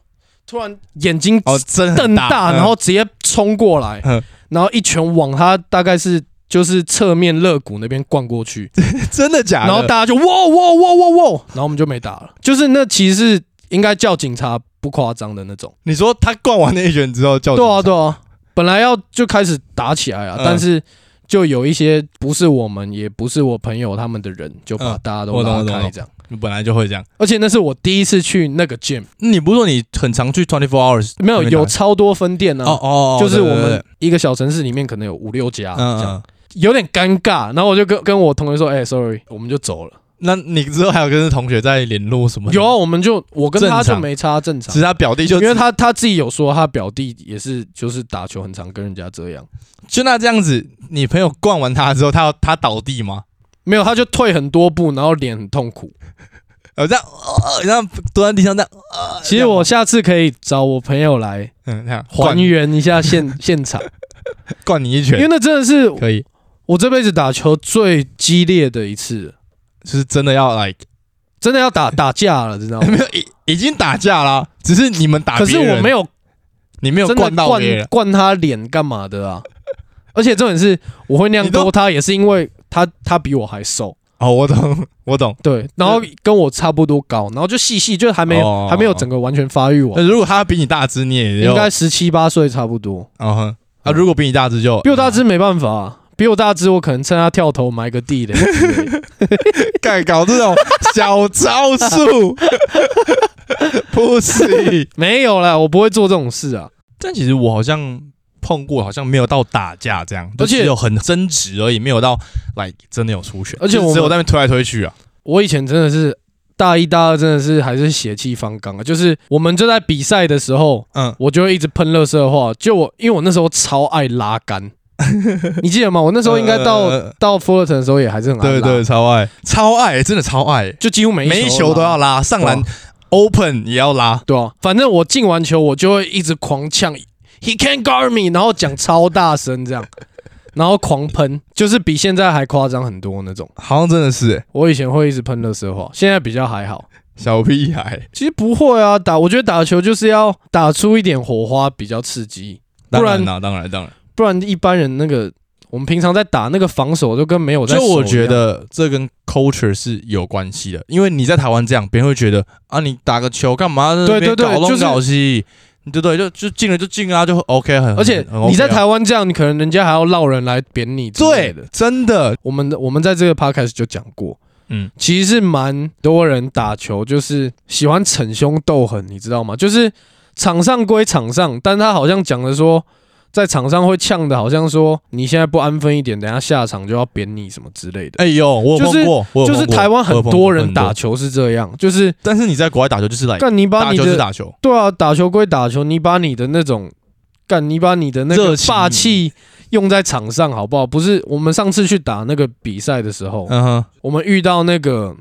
Speaker 1: 突然眼睛
Speaker 2: 哦，真的
Speaker 1: 瞪
Speaker 2: 很
Speaker 1: 大，
Speaker 2: 嗯
Speaker 1: 然后直接冲过来
Speaker 2: 嗯，
Speaker 1: 然后一拳往他大概是就是侧面肋骨那边灌过去，
Speaker 2: (laughs) 真的假的？
Speaker 1: 然后大家就哇哇哇哇哇，然后我们就没打了。就是那其实是应该叫警察不夸张的那种。
Speaker 2: 你说他灌完那一拳之后叫
Speaker 1: 对啊
Speaker 2: 哦警察
Speaker 1: 对啊，本来要就开始打起来啊，
Speaker 2: 嗯
Speaker 1: 但是就有一些不是我们也不是我朋友他们的人，就把
Speaker 2: 嗯
Speaker 1: 大家都
Speaker 2: 我懂
Speaker 1: 拉
Speaker 2: 我懂我
Speaker 1: 开
Speaker 2: 懂
Speaker 1: 这样。
Speaker 2: 你本来就会这样。
Speaker 1: 而且那是我第一次去那个 gym，
Speaker 2: 你不是说你很常去 Twenty Four Hours？
Speaker 1: 没有
Speaker 2: 那边
Speaker 1: 有
Speaker 2: 打
Speaker 1: 超多分店呢、啊
Speaker 2: 哦哦，哦
Speaker 1: 就是
Speaker 2: 对
Speaker 1: 我
Speaker 2: 对
Speaker 1: 们
Speaker 2: 对
Speaker 1: 一个小城市里面可能有五六家，
Speaker 2: 嗯
Speaker 1: 这样
Speaker 2: 嗯。
Speaker 1: 有点尴尬。然后我就跟跟我同学说：“哎、s o r r y 我们就走了。
Speaker 2: 那你之后还有跟同学在联络什”么？
Speaker 1: 有啊，，我们就我跟他
Speaker 2: 正
Speaker 1: 就
Speaker 2: 常
Speaker 1: 没差，正常
Speaker 2: 只是。他表弟就
Speaker 1: 因为他他自己有说，他表弟也是，就是打球很常跟人家这样，
Speaker 2: 就那这样子，你朋友灌完他之后，他他倒地吗？
Speaker 1: 没有他就退很多步，然后脸很痛苦。
Speaker 2: 呃，这样，呃，这样蹲在地上这样，呃
Speaker 1: 其实我下次可以找我朋友来
Speaker 2: 这样嗯，这样
Speaker 1: 还
Speaker 2: 灌
Speaker 1: 原一下现 (laughs) 现
Speaker 2: (laughs)
Speaker 1: 场，
Speaker 2: 灌你一
Speaker 1: 因为
Speaker 2: 拳，
Speaker 1: 那真的是
Speaker 2: 可以，
Speaker 1: 我这辈子打球最激烈的一次，
Speaker 2: 就是真的要 like
Speaker 1: 真的要打打架了，知道吗
Speaker 2: 没？有已已经打架啦，只是你 (laughs) 们打，
Speaker 1: 哦可是我没
Speaker 2: 有，
Speaker 1: 有
Speaker 2: 你没有
Speaker 1: 真的
Speaker 2: 灌到
Speaker 1: 灌
Speaker 2: 别人，
Speaker 1: 灌他脸干嘛的啊？ (laughs) 而且重点是，我会那样
Speaker 2: 你都
Speaker 1: 勾他，也是因为他他比我还瘦，
Speaker 2: 哦，我懂， (laughs) 我懂。
Speaker 1: 对，然后跟我差不多高，然后就细细，就还没有
Speaker 2: 哦
Speaker 1: 还没有整个完全发育
Speaker 2: 那
Speaker 1: 完，
Speaker 2: 如果他比你大只，你也
Speaker 1: 应
Speaker 2: 要
Speaker 1: 该，十七八岁差不多。
Speaker 2: 嗯哼，啊，如果比你大只就
Speaker 1: 比我
Speaker 2: (laughs)
Speaker 1: 大只没办法啊、比我大只，我可能趁他跳投埋个地雷之类
Speaker 2: (laughs)
Speaker 1: 的。
Speaker 2: 干搞这种小招数， (laughs) 不是。
Speaker 1: 没有啦，我不会做这种事啊。
Speaker 2: 但其实我好像碰过，好像没有到打架这样，
Speaker 1: 而且
Speaker 2: 就只有很争执而已，没有到 like 真的有出血，
Speaker 1: 而且我
Speaker 2: 就只有
Speaker 1: 们
Speaker 2: 在那边推来推去啊。
Speaker 1: 我以前真的是大一、大二，真的是还是血气方刚啊。就是我们就在比赛的时候，
Speaker 2: 嗯，
Speaker 1: 我就会一直喷乐色话。就我，因为我那时候超爱拉
Speaker 2: (laughs)
Speaker 1: 杆，你记得吗？我那时候应该到、
Speaker 2: 呃呃呃
Speaker 1: 到 Fullerton 的时候也还是很爱
Speaker 2: 对
Speaker 1: 拉，
Speaker 2: 对，超爱，超爱，真的超爱，
Speaker 1: 就几乎每
Speaker 2: 每一
Speaker 1: 一
Speaker 2: 球都要
Speaker 1: 拉。
Speaker 2: 拉，上篮
Speaker 1: 对
Speaker 2: open 也要拉，
Speaker 1: 对啊，反正我进完球，我就会一直狂呛 “He can't guard me”，然后讲超大声这样， (laughs) 然后狂喷，就是比现在还夸张很多那种。
Speaker 2: 好像真的是欸
Speaker 1: 我以前会一直喷乐色话，现在比较还好。
Speaker 2: 小屁孩，
Speaker 1: 其实不会啊，打我觉得打球就是要打出一点火花比较刺激，不
Speaker 2: (laughs) 当
Speaker 1: 然
Speaker 2: 然啦，当然当然。
Speaker 1: 不然一般人那个我们平常在打那个防守就跟没有在
Speaker 2: 就
Speaker 1: 守一样。
Speaker 2: 我觉得这跟 culture 是有关系的，因为你在台湾这样，别人会觉得啊，你打个球干嘛？
Speaker 1: 对对对
Speaker 2: 搞东
Speaker 1: 就是
Speaker 2: 搞西，对对，就就进了就进啊，就 OK 很。
Speaker 1: 而且
Speaker 2: 很 OK
Speaker 1: 你在
Speaker 2: 啊
Speaker 1: 台湾这样，你可能人家还要闹人来扁你之类
Speaker 2: 对
Speaker 1: 的。，
Speaker 2: 真的，
Speaker 1: 我们的我们在这个 podcast 就讲过，
Speaker 2: 嗯，
Speaker 1: 其实是蛮多人打球就是喜欢逞凶斗狠，你知道吗？就是场上归场上，但他好像讲的说，在场上会呛的，好像说你现在不安分一点，等下下场就要扁你什么之类的。
Speaker 2: 哎呦，我有
Speaker 1: 就是
Speaker 2: 碰过，我有
Speaker 1: 就是
Speaker 2: 碰过
Speaker 1: 台湾
Speaker 2: 我
Speaker 1: 很
Speaker 2: 有碰
Speaker 1: 多
Speaker 2: 过
Speaker 1: 人打
Speaker 2: 很
Speaker 1: 球是这样，就是
Speaker 2: 但是你在国外打球就是来
Speaker 1: 干你把
Speaker 2: 打
Speaker 1: 你
Speaker 2: 球是
Speaker 1: 的
Speaker 2: 打球，
Speaker 1: 对啊，打球归打球，你把你的那种干，你把你的那
Speaker 2: 热
Speaker 1: 个
Speaker 2: 情
Speaker 1: 霸气用在场上好不好？不是我们上次去打那个比赛的时候，
Speaker 2: 嗯哼，
Speaker 1: 我们遇到那个，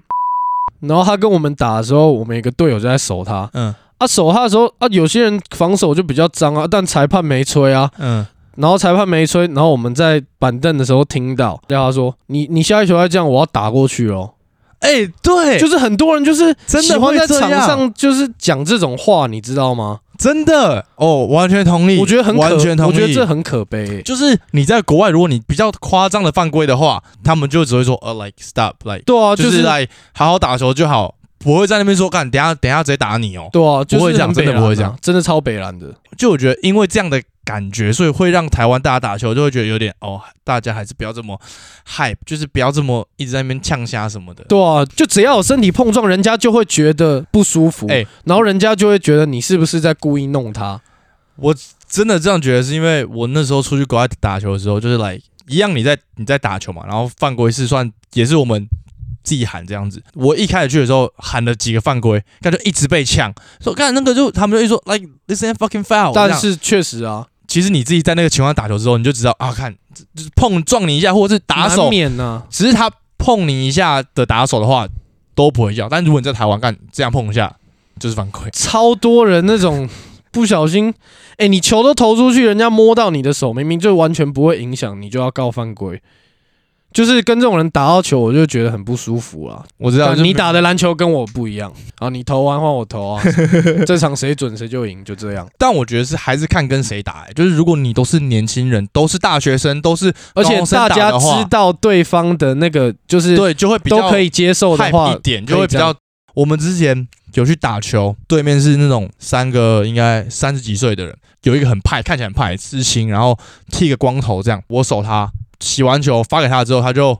Speaker 1: 然后他跟我们打的时候，我们有个队友就在守他
Speaker 2: 嗯
Speaker 1: 啊，守他的时候啊，有些人防守就比较脏啊，但裁判没吹啊，
Speaker 2: 嗯，
Speaker 1: 然后裁判没吹，然后我们在板凳的时候听到，然后他说：“你你下一球再这样，我要打过去哦。
Speaker 2: 哎，对，
Speaker 1: 就是很多人就是
Speaker 2: 真的
Speaker 1: 喜欢
Speaker 2: 会
Speaker 1: 在
Speaker 2: 这
Speaker 1: 场
Speaker 2: 样
Speaker 1: 上就是讲这种话，你知道吗？
Speaker 2: 真的哦，完全同意，
Speaker 1: 我觉得很可，
Speaker 2: 完全同意，
Speaker 1: 我觉得这很可悲、
Speaker 2: 就是你在国外，如果你比较夸张的犯规的话，他们就只会说呃，like stop，like
Speaker 1: 对啊，
Speaker 2: 呃就是
Speaker 1: 是
Speaker 2: 来好好打球就好，不会在那边说干，等一下等一下直接打你哦。
Speaker 1: 对啊，就是
Speaker 2: 不会这样
Speaker 1: 很北
Speaker 2: 真的不会这
Speaker 1: 蓝啊
Speaker 2: 样，
Speaker 1: 真的超北蓝的。
Speaker 2: 就我觉得因为这样的感觉，所以会让台湾大家打球就会觉得有点哦，大家还是不要这么 hype，就是不要这么一直在那边呛虾什么的。
Speaker 1: 对啊，就只要有身体碰撞，人家就会觉得不舒服，
Speaker 2: 哎
Speaker 1: 然后人家就会觉得你是不是在故意弄他？
Speaker 2: 我真的这样觉得，是因为我那时候出去国外打球的时候，就是来一样，你在你在打球嘛，然后犯规是算也是我们自己喊这样子。我一开始去的时候喊了几个犯规，感觉一直被呛，说干那个就他们就一说 like this ain't fucking foul，
Speaker 1: 但
Speaker 2: 这样
Speaker 1: 是确实啊，
Speaker 2: 其实你自己在那个情况下打球之后，你就知道啊，看这就是碰撞你一下，或者是打
Speaker 1: 难
Speaker 2: 手，
Speaker 1: 免啊呐、
Speaker 2: 只是他碰你一下的打手的话都不会叫，但如果你在台湾干这样碰一下就是犯规。
Speaker 1: 超多人那种不小心，哎、你球都投出去，人家摸到你的手，明明就完全不会影响，你就要告犯规。就是跟这种人打到球，我就觉得很不舒服啊。
Speaker 2: 我知道
Speaker 1: 你
Speaker 2: 就
Speaker 1: 打的篮球跟我不一样啊，你投完换我投
Speaker 2: (laughs)
Speaker 1: 啊，这场谁准谁就赢，就这样。
Speaker 2: 但我觉得是还是看跟谁打、欸，就是如果你都是年轻人，都是大学生，都是
Speaker 1: 而且
Speaker 2: 高中生
Speaker 1: 大家
Speaker 2: 打的话
Speaker 1: 知道对方的那个就是
Speaker 2: 对，就会比较
Speaker 1: 都可以接受的
Speaker 2: hype
Speaker 1: 话
Speaker 2: 一，点，
Speaker 1: 可以
Speaker 2: 就会比
Speaker 1: 这样
Speaker 2: 较。我们之前有去打球，对面是那种三个应该三十几岁的人，有一个很派，看起来很派，知青，然后剃个光头这样。我守他，洗完球发给他之后，他就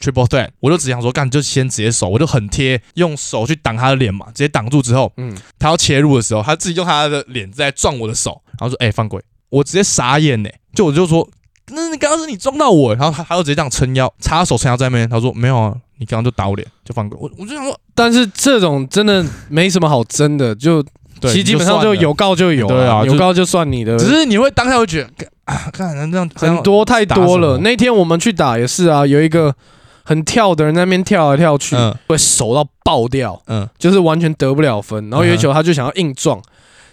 Speaker 2: triple threat，我就只想说干，就先直接守，我就很贴，用手去挡他的脸嘛，直接挡住之后，
Speaker 1: 嗯，
Speaker 2: 他要切入的时候，他自己用他的脸在撞我的手，然后说：“哎、犯规！”我直接傻眼呢、就我就说：“那你刚刚是你撞到我。”然后他他就直接这样撑腰，插手撑腰在那边。他说：“没有啊，你刚刚就打我脸，就犯规。我”我就想说，
Speaker 1: 但是这种真的没什么好争的，就
Speaker 2: 对，
Speaker 1: 其实基本上
Speaker 2: 就
Speaker 1: 就
Speaker 2: 算了
Speaker 1: 有，告就有，
Speaker 2: 对啊就
Speaker 1: 有告就算你的。
Speaker 2: 只是你会当下会觉得，干啊，看这样这样
Speaker 1: 很多太多
Speaker 2: 打什
Speaker 1: 了。
Speaker 2: 么
Speaker 1: 那天我们去打也是啊，有一个很跳的人在那边跳来跳去，
Speaker 2: 嗯
Speaker 1: 会手到爆掉，
Speaker 2: 嗯，
Speaker 1: 就是完全得不了分。然后有一球他就想要硬撞，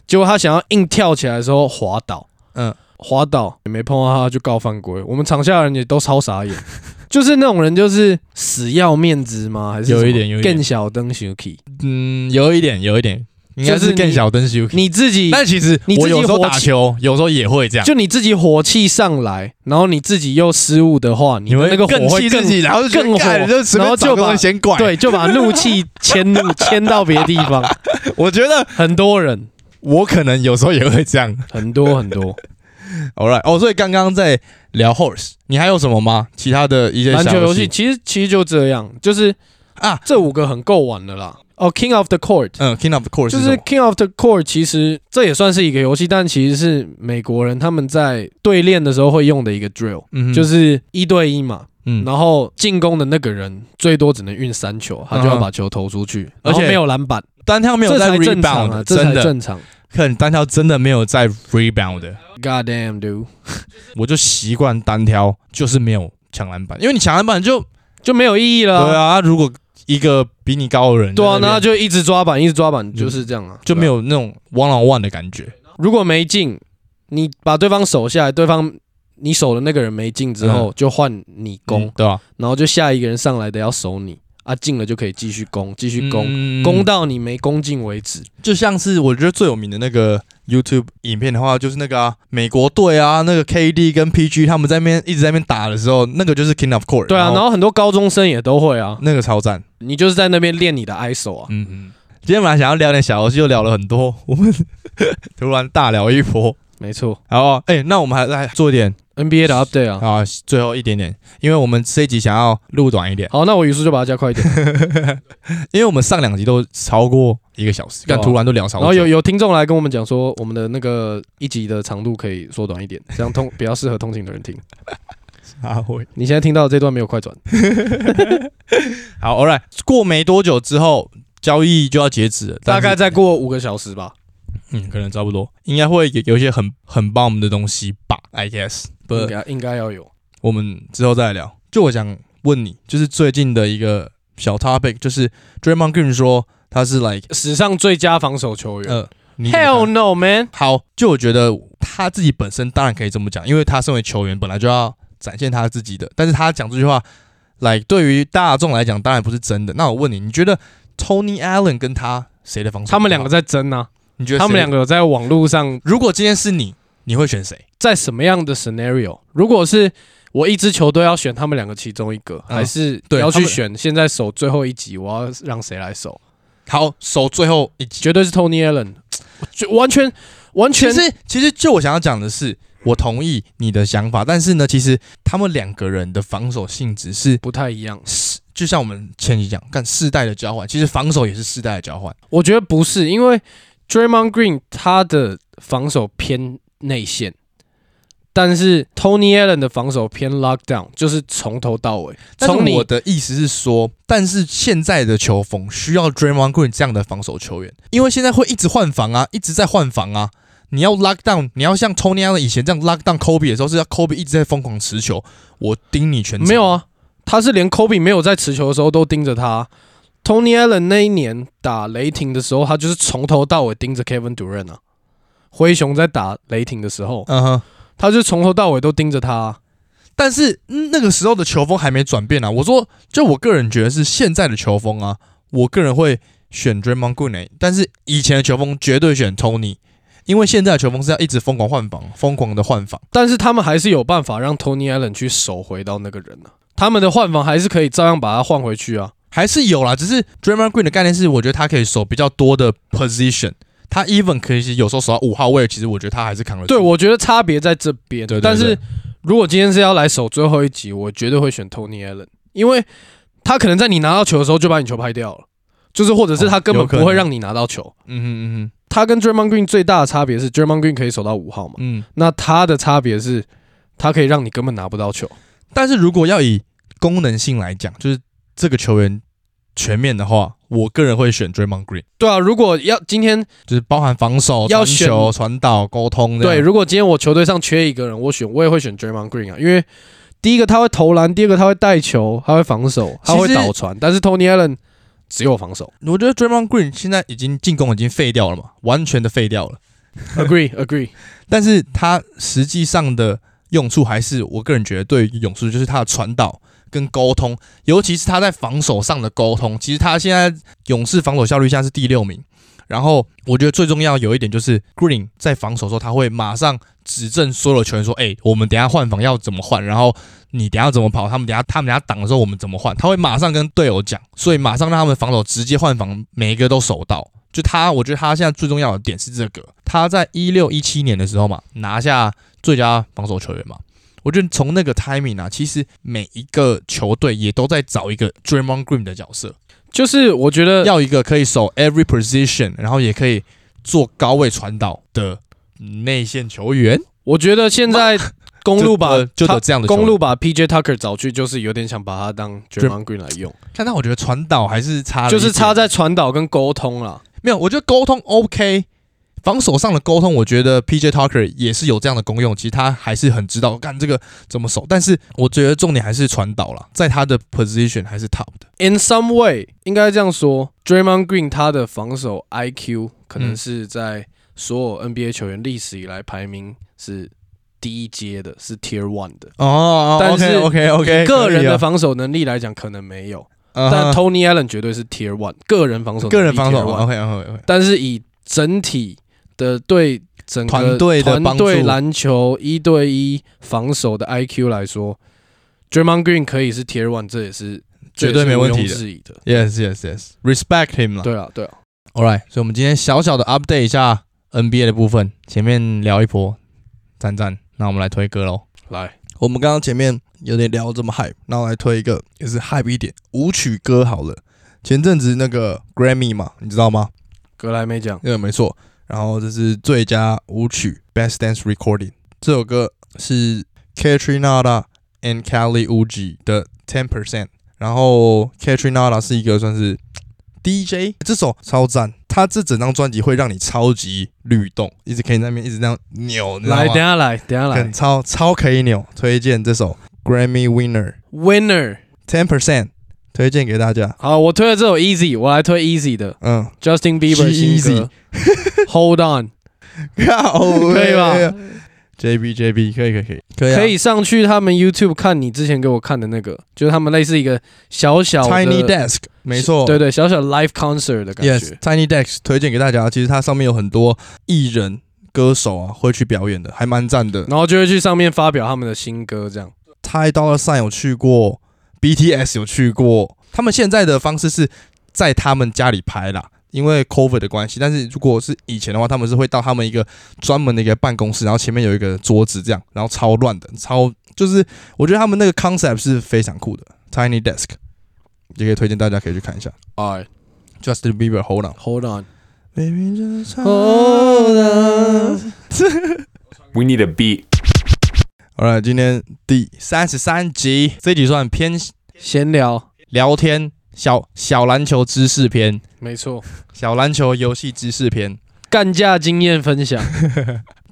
Speaker 1: 结果他想要硬跳起来的时候滑倒，
Speaker 2: 嗯
Speaker 1: 嗯，滑倒也没碰到他就告犯规。我们场下人也都超傻眼， (laughs) 就是那种人就是死要面子吗？还是
Speaker 2: 有
Speaker 1: 什么
Speaker 2: 一点有一点
Speaker 1: 更小灯 Suki，
Speaker 2: 嗯，有一点，有一点，应该
Speaker 1: 就是是
Speaker 2: 更
Speaker 1: 你
Speaker 2: 小灯 s u
Speaker 1: 你自己
Speaker 2: 但其实
Speaker 1: 你自己
Speaker 2: 我有时候
Speaker 1: 火
Speaker 2: 打
Speaker 1: 气
Speaker 2: 球，有时候也会这样，
Speaker 1: 就你自己火气上来，然后你自己又失误的话，你
Speaker 2: 你
Speaker 1: 的
Speaker 2: 会
Speaker 1: 那个火
Speaker 2: 更
Speaker 1: 会
Speaker 2: 气自
Speaker 1: 更
Speaker 2: 己，然后就觉得
Speaker 1: 更
Speaker 2: 干
Speaker 1: 火
Speaker 2: 就随
Speaker 1: 然
Speaker 2: 便
Speaker 1: 后
Speaker 2: 找
Speaker 1: 就
Speaker 2: 个东
Speaker 1: 把
Speaker 2: 西先拐。
Speaker 1: 对，就把怒气迁怒
Speaker 2: (laughs)
Speaker 1: 迁到别的地方。
Speaker 2: 我觉得
Speaker 1: 很多人，
Speaker 2: 我可能有时候也会这样。
Speaker 1: 很多很多，
Speaker 2: All right，哦，所以刚刚在聊 horse，你还有什么吗？其他的一些
Speaker 1: 篮
Speaker 2: 小
Speaker 1: 球游戏其实其实就这样，就是
Speaker 2: 啊，
Speaker 1: 这五个很够玩的啦。哦，King of the Court。
Speaker 2: 嗯，King of Course
Speaker 1: 就是
Speaker 2: 什
Speaker 1: 是
Speaker 2: 么
Speaker 1: King of the Court，其实这也算是一个游戏，但其实是美国人他们在对练的时候会用的一个 drill，、
Speaker 2: 嗯哼，
Speaker 1: 就是一对一嘛，
Speaker 2: 嗯，
Speaker 1: 然后进攻的那个人最多只能运三球，他就要
Speaker 2: 嗯
Speaker 1: 把球投出去，
Speaker 2: 而
Speaker 1: 而
Speaker 2: 且
Speaker 1: 且没有篮板，
Speaker 2: 单挑没有
Speaker 1: 这
Speaker 2: 在
Speaker 1: 才正常
Speaker 2: rebound，
Speaker 1: 啊，
Speaker 2: 的
Speaker 1: 这才
Speaker 2: 真的，
Speaker 1: 正常。
Speaker 2: 看单挑真的没有在 rebound 的，
Speaker 1: God damn dude，
Speaker 2: 我就习惯单挑，就是没有抢篮板，因为你抢篮板就
Speaker 1: 就没有意义
Speaker 2: 对
Speaker 1: 了、
Speaker 2: 啊，如果一个比你高的人，
Speaker 1: 对啊，那
Speaker 2: 那
Speaker 1: 他就
Speaker 2: 就
Speaker 1: 一直抓板，一直抓板，就是这样啊，
Speaker 2: 就没
Speaker 1: 有。
Speaker 2: 有那种 one on one 的感觉，
Speaker 1: 如果没进，你把对方守下来，对方你守的那个人没进之后，就换你攻
Speaker 2: 嗯，对吧？
Speaker 1: 然后就下一个人上来的要守你啊，进了就可以继续攻，继续攻，
Speaker 2: 攻
Speaker 1: 攻到你没攻进为止。
Speaker 2: 就像是我觉得最有名的那个 YouTube 影片的话，就是那个、啊、美国队啊，那个 KD 跟 PG 他们在那边一直在那边打的时候，那个就是 King of Court。
Speaker 1: 对啊，然后很多高中生也都会啊，
Speaker 2: 那个超赞。
Speaker 1: 你就是在那边练你的 ISO 啊。
Speaker 2: 嗯嗯。今天本来想要聊点小游戏，又聊了很多，我们 (laughs) 突然大聊一波。
Speaker 1: 没错
Speaker 2: 然后，哎、那我们还来做一点
Speaker 1: ，NBA 的 update 啊。
Speaker 2: 啊，最后一点点，因为我们这一集想要录短一点，
Speaker 1: 好，那我语速就把它加快一点。
Speaker 2: 因为我们上两集都超过一个小时，但
Speaker 1: 对啊
Speaker 2: 突然都聊超
Speaker 1: 然
Speaker 2: 久。
Speaker 1: 后有有听众来跟我们讲说，我们的那个一集的长度可以缩短一点，这样通 (laughs) 比较适合通勤的人听。
Speaker 2: 啊，我
Speaker 1: 你现在听到的这段没有快转，
Speaker 2: 好，All right，过没多久之后，交易就要截止了，
Speaker 1: 大
Speaker 2: 但是
Speaker 1: 概再过五个小时吧。
Speaker 2: 嗯，可能差不多，应该会有有一些很很棒我们的东西吧，I guess。不
Speaker 1: 应，该应该要有。
Speaker 2: 我们之后再来聊。就我想问你，就是最近的一个小 topic，就是 Draymond Green 说他是 like
Speaker 1: 史上最佳防守球员。
Speaker 2: 呃，你怎么看
Speaker 1: Hell no man！
Speaker 2: 好，就我觉得他自己本身当然可以这么讲，因为他身为球员本来就要展现他自己的，但是他讲这句话，like 对于大众来讲当然不是真的。那我问你，你觉得 Tony Allen 跟他谁的防守比较
Speaker 1: 他
Speaker 2: 好？
Speaker 1: 们两个在争啊，
Speaker 2: 你觉得
Speaker 1: 他们
Speaker 2: 谁
Speaker 1: 两个有在网络上
Speaker 2: 如果今天是你，你会选谁？
Speaker 1: 在什么样的 scenario？如果是我一支球队要选他们两个其中一个，
Speaker 2: 嗯
Speaker 1: 还是
Speaker 2: 对
Speaker 1: 要
Speaker 2: 他
Speaker 1: 去
Speaker 2: 们
Speaker 1: 选现在守最后一集，我要让谁来守？
Speaker 2: 好，守最后一集。
Speaker 1: 绝对是 Tony Allen，我就完全完
Speaker 2: 其
Speaker 1: 全
Speaker 2: 实，其实就我想要讲的是，我同意你的想法，但是呢，其实他们两个人的防守性质是
Speaker 1: 不太一样。
Speaker 2: 是，就像我们前几讲，干世代的交换，其实防守也是世代的交换。
Speaker 1: 我觉得不是，因为 Draymond Green 他的防守偏内线，但是 Tony Allen 的防守偏 lockdown，就是从头到尾。
Speaker 2: 但
Speaker 1: 从
Speaker 2: 是
Speaker 1: 你
Speaker 2: 我的意思是说，但是现在的球风需要 Draymond Green 这样的防守球员，因为现在会一直换防啊，一直在换防啊。你要 lock down，你要像 Tony Allen 以前这样 lock down Kobe 的时候，是要 Kobe 一直在疯狂持球，我盯你全场。
Speaker 1: 没有啊，他是连 Kobe 没有在持球的时候都盯着他。Tony Allen 那一年打雷霆的时候，他就是从头到尾盯着 Kevin Durant 啊。灰熊在打雷霆的时候，
Speaker 2: 嗯哼，
Speaker 1: 他就从头到尾都盯着他啊、
Speaker 2: 但是嗯那个时候的球风还没转变啊。我说，就我个人觉得是现在的球风啊，我个人会选 Draymond Green，但欸是以前的球风绝对选 Tony，因为现在的球风是要一直疯狂换防，疯狂的换防。
Speaker 1: 但是他们还是有办法让 Tony Allen 去守回到那个人呢、啊他们的换防还是可以照样把他换回去啊。
Speaker 2: 还是有啦，只是 Draymond Green 的概念是，我觉得他可以守比较多的 position，他 even 可以有时候守到五号位，其实我觉得他还是扛得住。
Speaker 1: 对，我觉得差别在这边。
Speaker 2: 对对对
Speaker 1: 但是如果今天是要来守最后一集，我绝对会选 Tony Allen，因为他可能在你拿到球的时候就把你球拍掉了，就是或者是他根
Speaker 2: 哦
Speaker 1: 本
Speaker 2: 有可
Speaker 1: 不
Speaker 2: 能
Speaker 1: 会让你拿到球。
Speaker 2: 嗯哼嗯哼
Speaker 1: 他跟 Draymond Green 最大的差别是 Draymond Green 可以守到五号嘛，
Speaker 2: 嗯，
Speaker 1: 那他的差别是他可以让你根本拿不到球。
Speaker 2: 但是如果要以功能性来讲，就是这个球员全面的话，我个人会选 Draymond Green，
Speaker 1: 对啊，如果要今天
Speaker 2: 就是包含防守、
Speaker 1: 要
Speaker 2: 传球、传导、沟通这
Speaker 1: 对，
Speaker 2: 样。
Speaker 1: 如果今天我球队上缺一个人，我选我也会选 Draymond Green 啊，因为第一个他会投篮，第二个他会带球，他会防守，
Speaker 2: 其
Speaker 1: 他
Speaker 2: 实
Speaker 1: 会倒传，但是 Tony Allen 只有防守。
Speaker 2: 我觉得 Draymond Green 现在已经进攻已经废掉了嘛，完全的废掉了。
Speaker 1: Agree, agree。
Speaker 2: 但是他实际上的用处还是我个人觉得对于勇士就是他的传导跟沟通，尤其是他在防守上的沟通。其实他现在勇士防守效率现在是第六名，然后我觉得最重要有一点就是 Green 在防守的时候，他会马上指正所有的球员说：“哎、我们等一下换防要怎么换，然后你等一下怎么跑，他们等一下他们等一下挡的时候我们怎么换。”他会马上跟队友讲，所以马上让他们防守直接换防，每一个都守到。就他，我觉得他现在最重要的点是这个，他在一六一七年的时候嘛，拿下最佳防守球员嘛。我觉得从那个 timing 啊，其实每一个球队也都在找一个 Draymond Green 的角色，
Speaker 1: 就是我觉得
Speaker 2: 要一个可以守 every position，然后也可以做高位传导的内线球员。
Speaker 1: 我觉得现
Speaker 2: (laughs)
Speaker 1: 在公路把
Speaker 2: 呃就得这样的球
Speaker 1: 公路把 PJ Tucker 找去，就是有点想把他当 Draymond Green 来用，
Speaker 2: 但但我觉得传导还是差了一
Speaker 1: 就是
Speaker 2: 点，
Speaker 1: 差在传导跟沟通啦。
Speaker 2: 没有，我觉得沟通 OK，防守上的沟通，我觉得 PJ Tucker 也是有这样的功用，其实他还是很知道干这个怎么守，但是我觉得重点还是传导啦，在他的 position 还是 top 的，
Speaker 1: In some way，应该这样说，Draymond Green 他的防守 IQ 可能是在所有 NBA 球员历史以来排名是第一阶的，是 Tier One 的。
Speaker 2: 哦
Speaker 1: 但是
Speaker 2: OK OK，
Speaker 1: 个人的防守能力来讲，可能没有，但 Tony Allen 绝对是 Tier One，个人防守能力
Speaker 2: 啊嗯个人防守
Speaker 1: Tier one
Speaker 2: OK OK OK，
Speaker 1: 但是以整体的对整个
Speaker 2: 团队的帮
Speaker 1: 团
Speaker 2: 助
Speaker 1: 队篮球一对一防守的 IQ 来说，Draymond Green 可以是 Tier One，这也是
Speaker 2: 绝对没问题
Speaker 1: 这也
Speaker 2: 的
Speaker 1: 是毋庸置疑的。
Speaker 2: Yes Yes Yes，respect him 啦。
Speaker 1: 对啊，对啊。
Speaker 2: All right，所以我们今天小小的 update 一下 NBA 的部分，前面聊一波，赞赞，那我们来推歌喽。
Speaker 1: 来，
Speaker 2: 我们刚刚前面有点聊这么 hype，那我来推一个也是 hype 一点舞曲歌好了。前阵子那个 Grammy 嘛，你知道吗？
Speaker 1: 格莱美奖，
Speaker 2: 对，没错。然后这是最佳舞曲 Best Dance Recording，这首歌是 Katrina and Kelly Uji 的 Ten Percent。然后 Katrina 是一个算是 DJ，这首超赞。他这整张专辑会让你超级律动，一直可以在那边一直那样扭，你知道吗
Speaker 1: 来，等一下来，等一下来
Speaker 2: 很超超可以扭，推荐这首 Grammy Winner
Speaker 1: ，Winner。
Speaker 2: Ten Percent，推荐给大家。
Speaker 1: 好，我推了这首 Easy，我来推 Easy 的
Speaker 2: 嗯，
Speaker 1: Justin Bieber 新
Speaker 2: G-Eazy
Speaker 1: 歌 Hold On，
Speaker 2: 靠，
Speaker 1: (laughs) 可以吧？
Speaker 2: ？JB JB 可以可以可以可
Speaker 1: 可以啊上去他们 YouTube 看你之前给我看的那个，就是他们类似一个小小的
Speaker 2: 啊 Tiny Desk 没错，
Speaker 1: 对对，小小 live concert 的感觉。
Speaker 2: ，Yes，Tiny Desk 推荐给大家。其实它上面有很多艺人、歌手啊会去表演的，还蛮赞的。
Speaker 1: 然后就会去上面发表他们的新歌，这样
Speaker 2: Ty Dolla Sign 有去过，BTS 有去过。他们现在的方式是在他们家里拍啦，因为 COVID 的关系。但是如果是以前的话，他们是会到他们一个专门的一个办公室，然后前面有一个桌子这样，然后超乱的，超就是我觉得他们那个 concept 是非常酷的，Tiny Desk 也可以推荐大家可以去看一下。
Speaker 1: ，Alright,
Speaker 2: Justin Bieber Hold On。
Speaker 1: hold on.
Speaker 2: Baby just
Speaker 1: Hold
Speaker 2: on。
Speaker 4: We need a beat.
Speaker 2: 好了，今天第三十三集，这一集算偏
Speaker 1: 闲聊，
Speaker 2: 聊天小小篮球知识篇，
Speaker 1: 没错，
Speaker 2: 小篮球游戏知识篇
Speaker 1: 干架经验分享。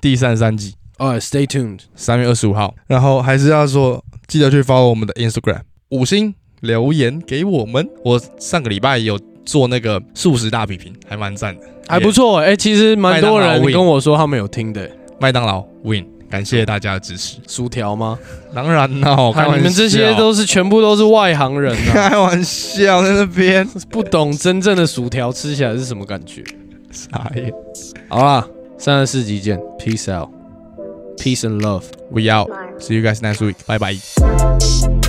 Speaker 2: 第三十三集，
Speaker 1: Alright, stay tuned.
Speaker 2: 三月二十五号。然后还是要说，记得去 follow 我们的 Instagram，五星留言给我们。我上个礼拜有做那个素食大比拼，还蛮赞的，
Speaker 1: 还不错哎、其实蛮多
Speaker 2: 麦当劳
Speaker 1: 人
Speaker 2: win
Speaker 1: 跟我说他们有听的、
Speaker 2: 麦当劳 win，感谢大家的支持。
Speaker 1: 薯条吗？哎
Speaker 2: 当然啦， (laughs) 我开玩笑，
Speaker 1: 你们这些都是全部都是外行人 (laughs) 啊，
Speaker 2: 开玩笑，在那边
Speaker 1: 不懂真正的薯条吃起来是什么感觉。
Speaker 2: (laughs) 傻眼，
Speaker 1: 好啦，三十四集见，peace out，peace and love。
Speaker 2: we out，see you guys next week，拜拜。
Speaker 5: Bye.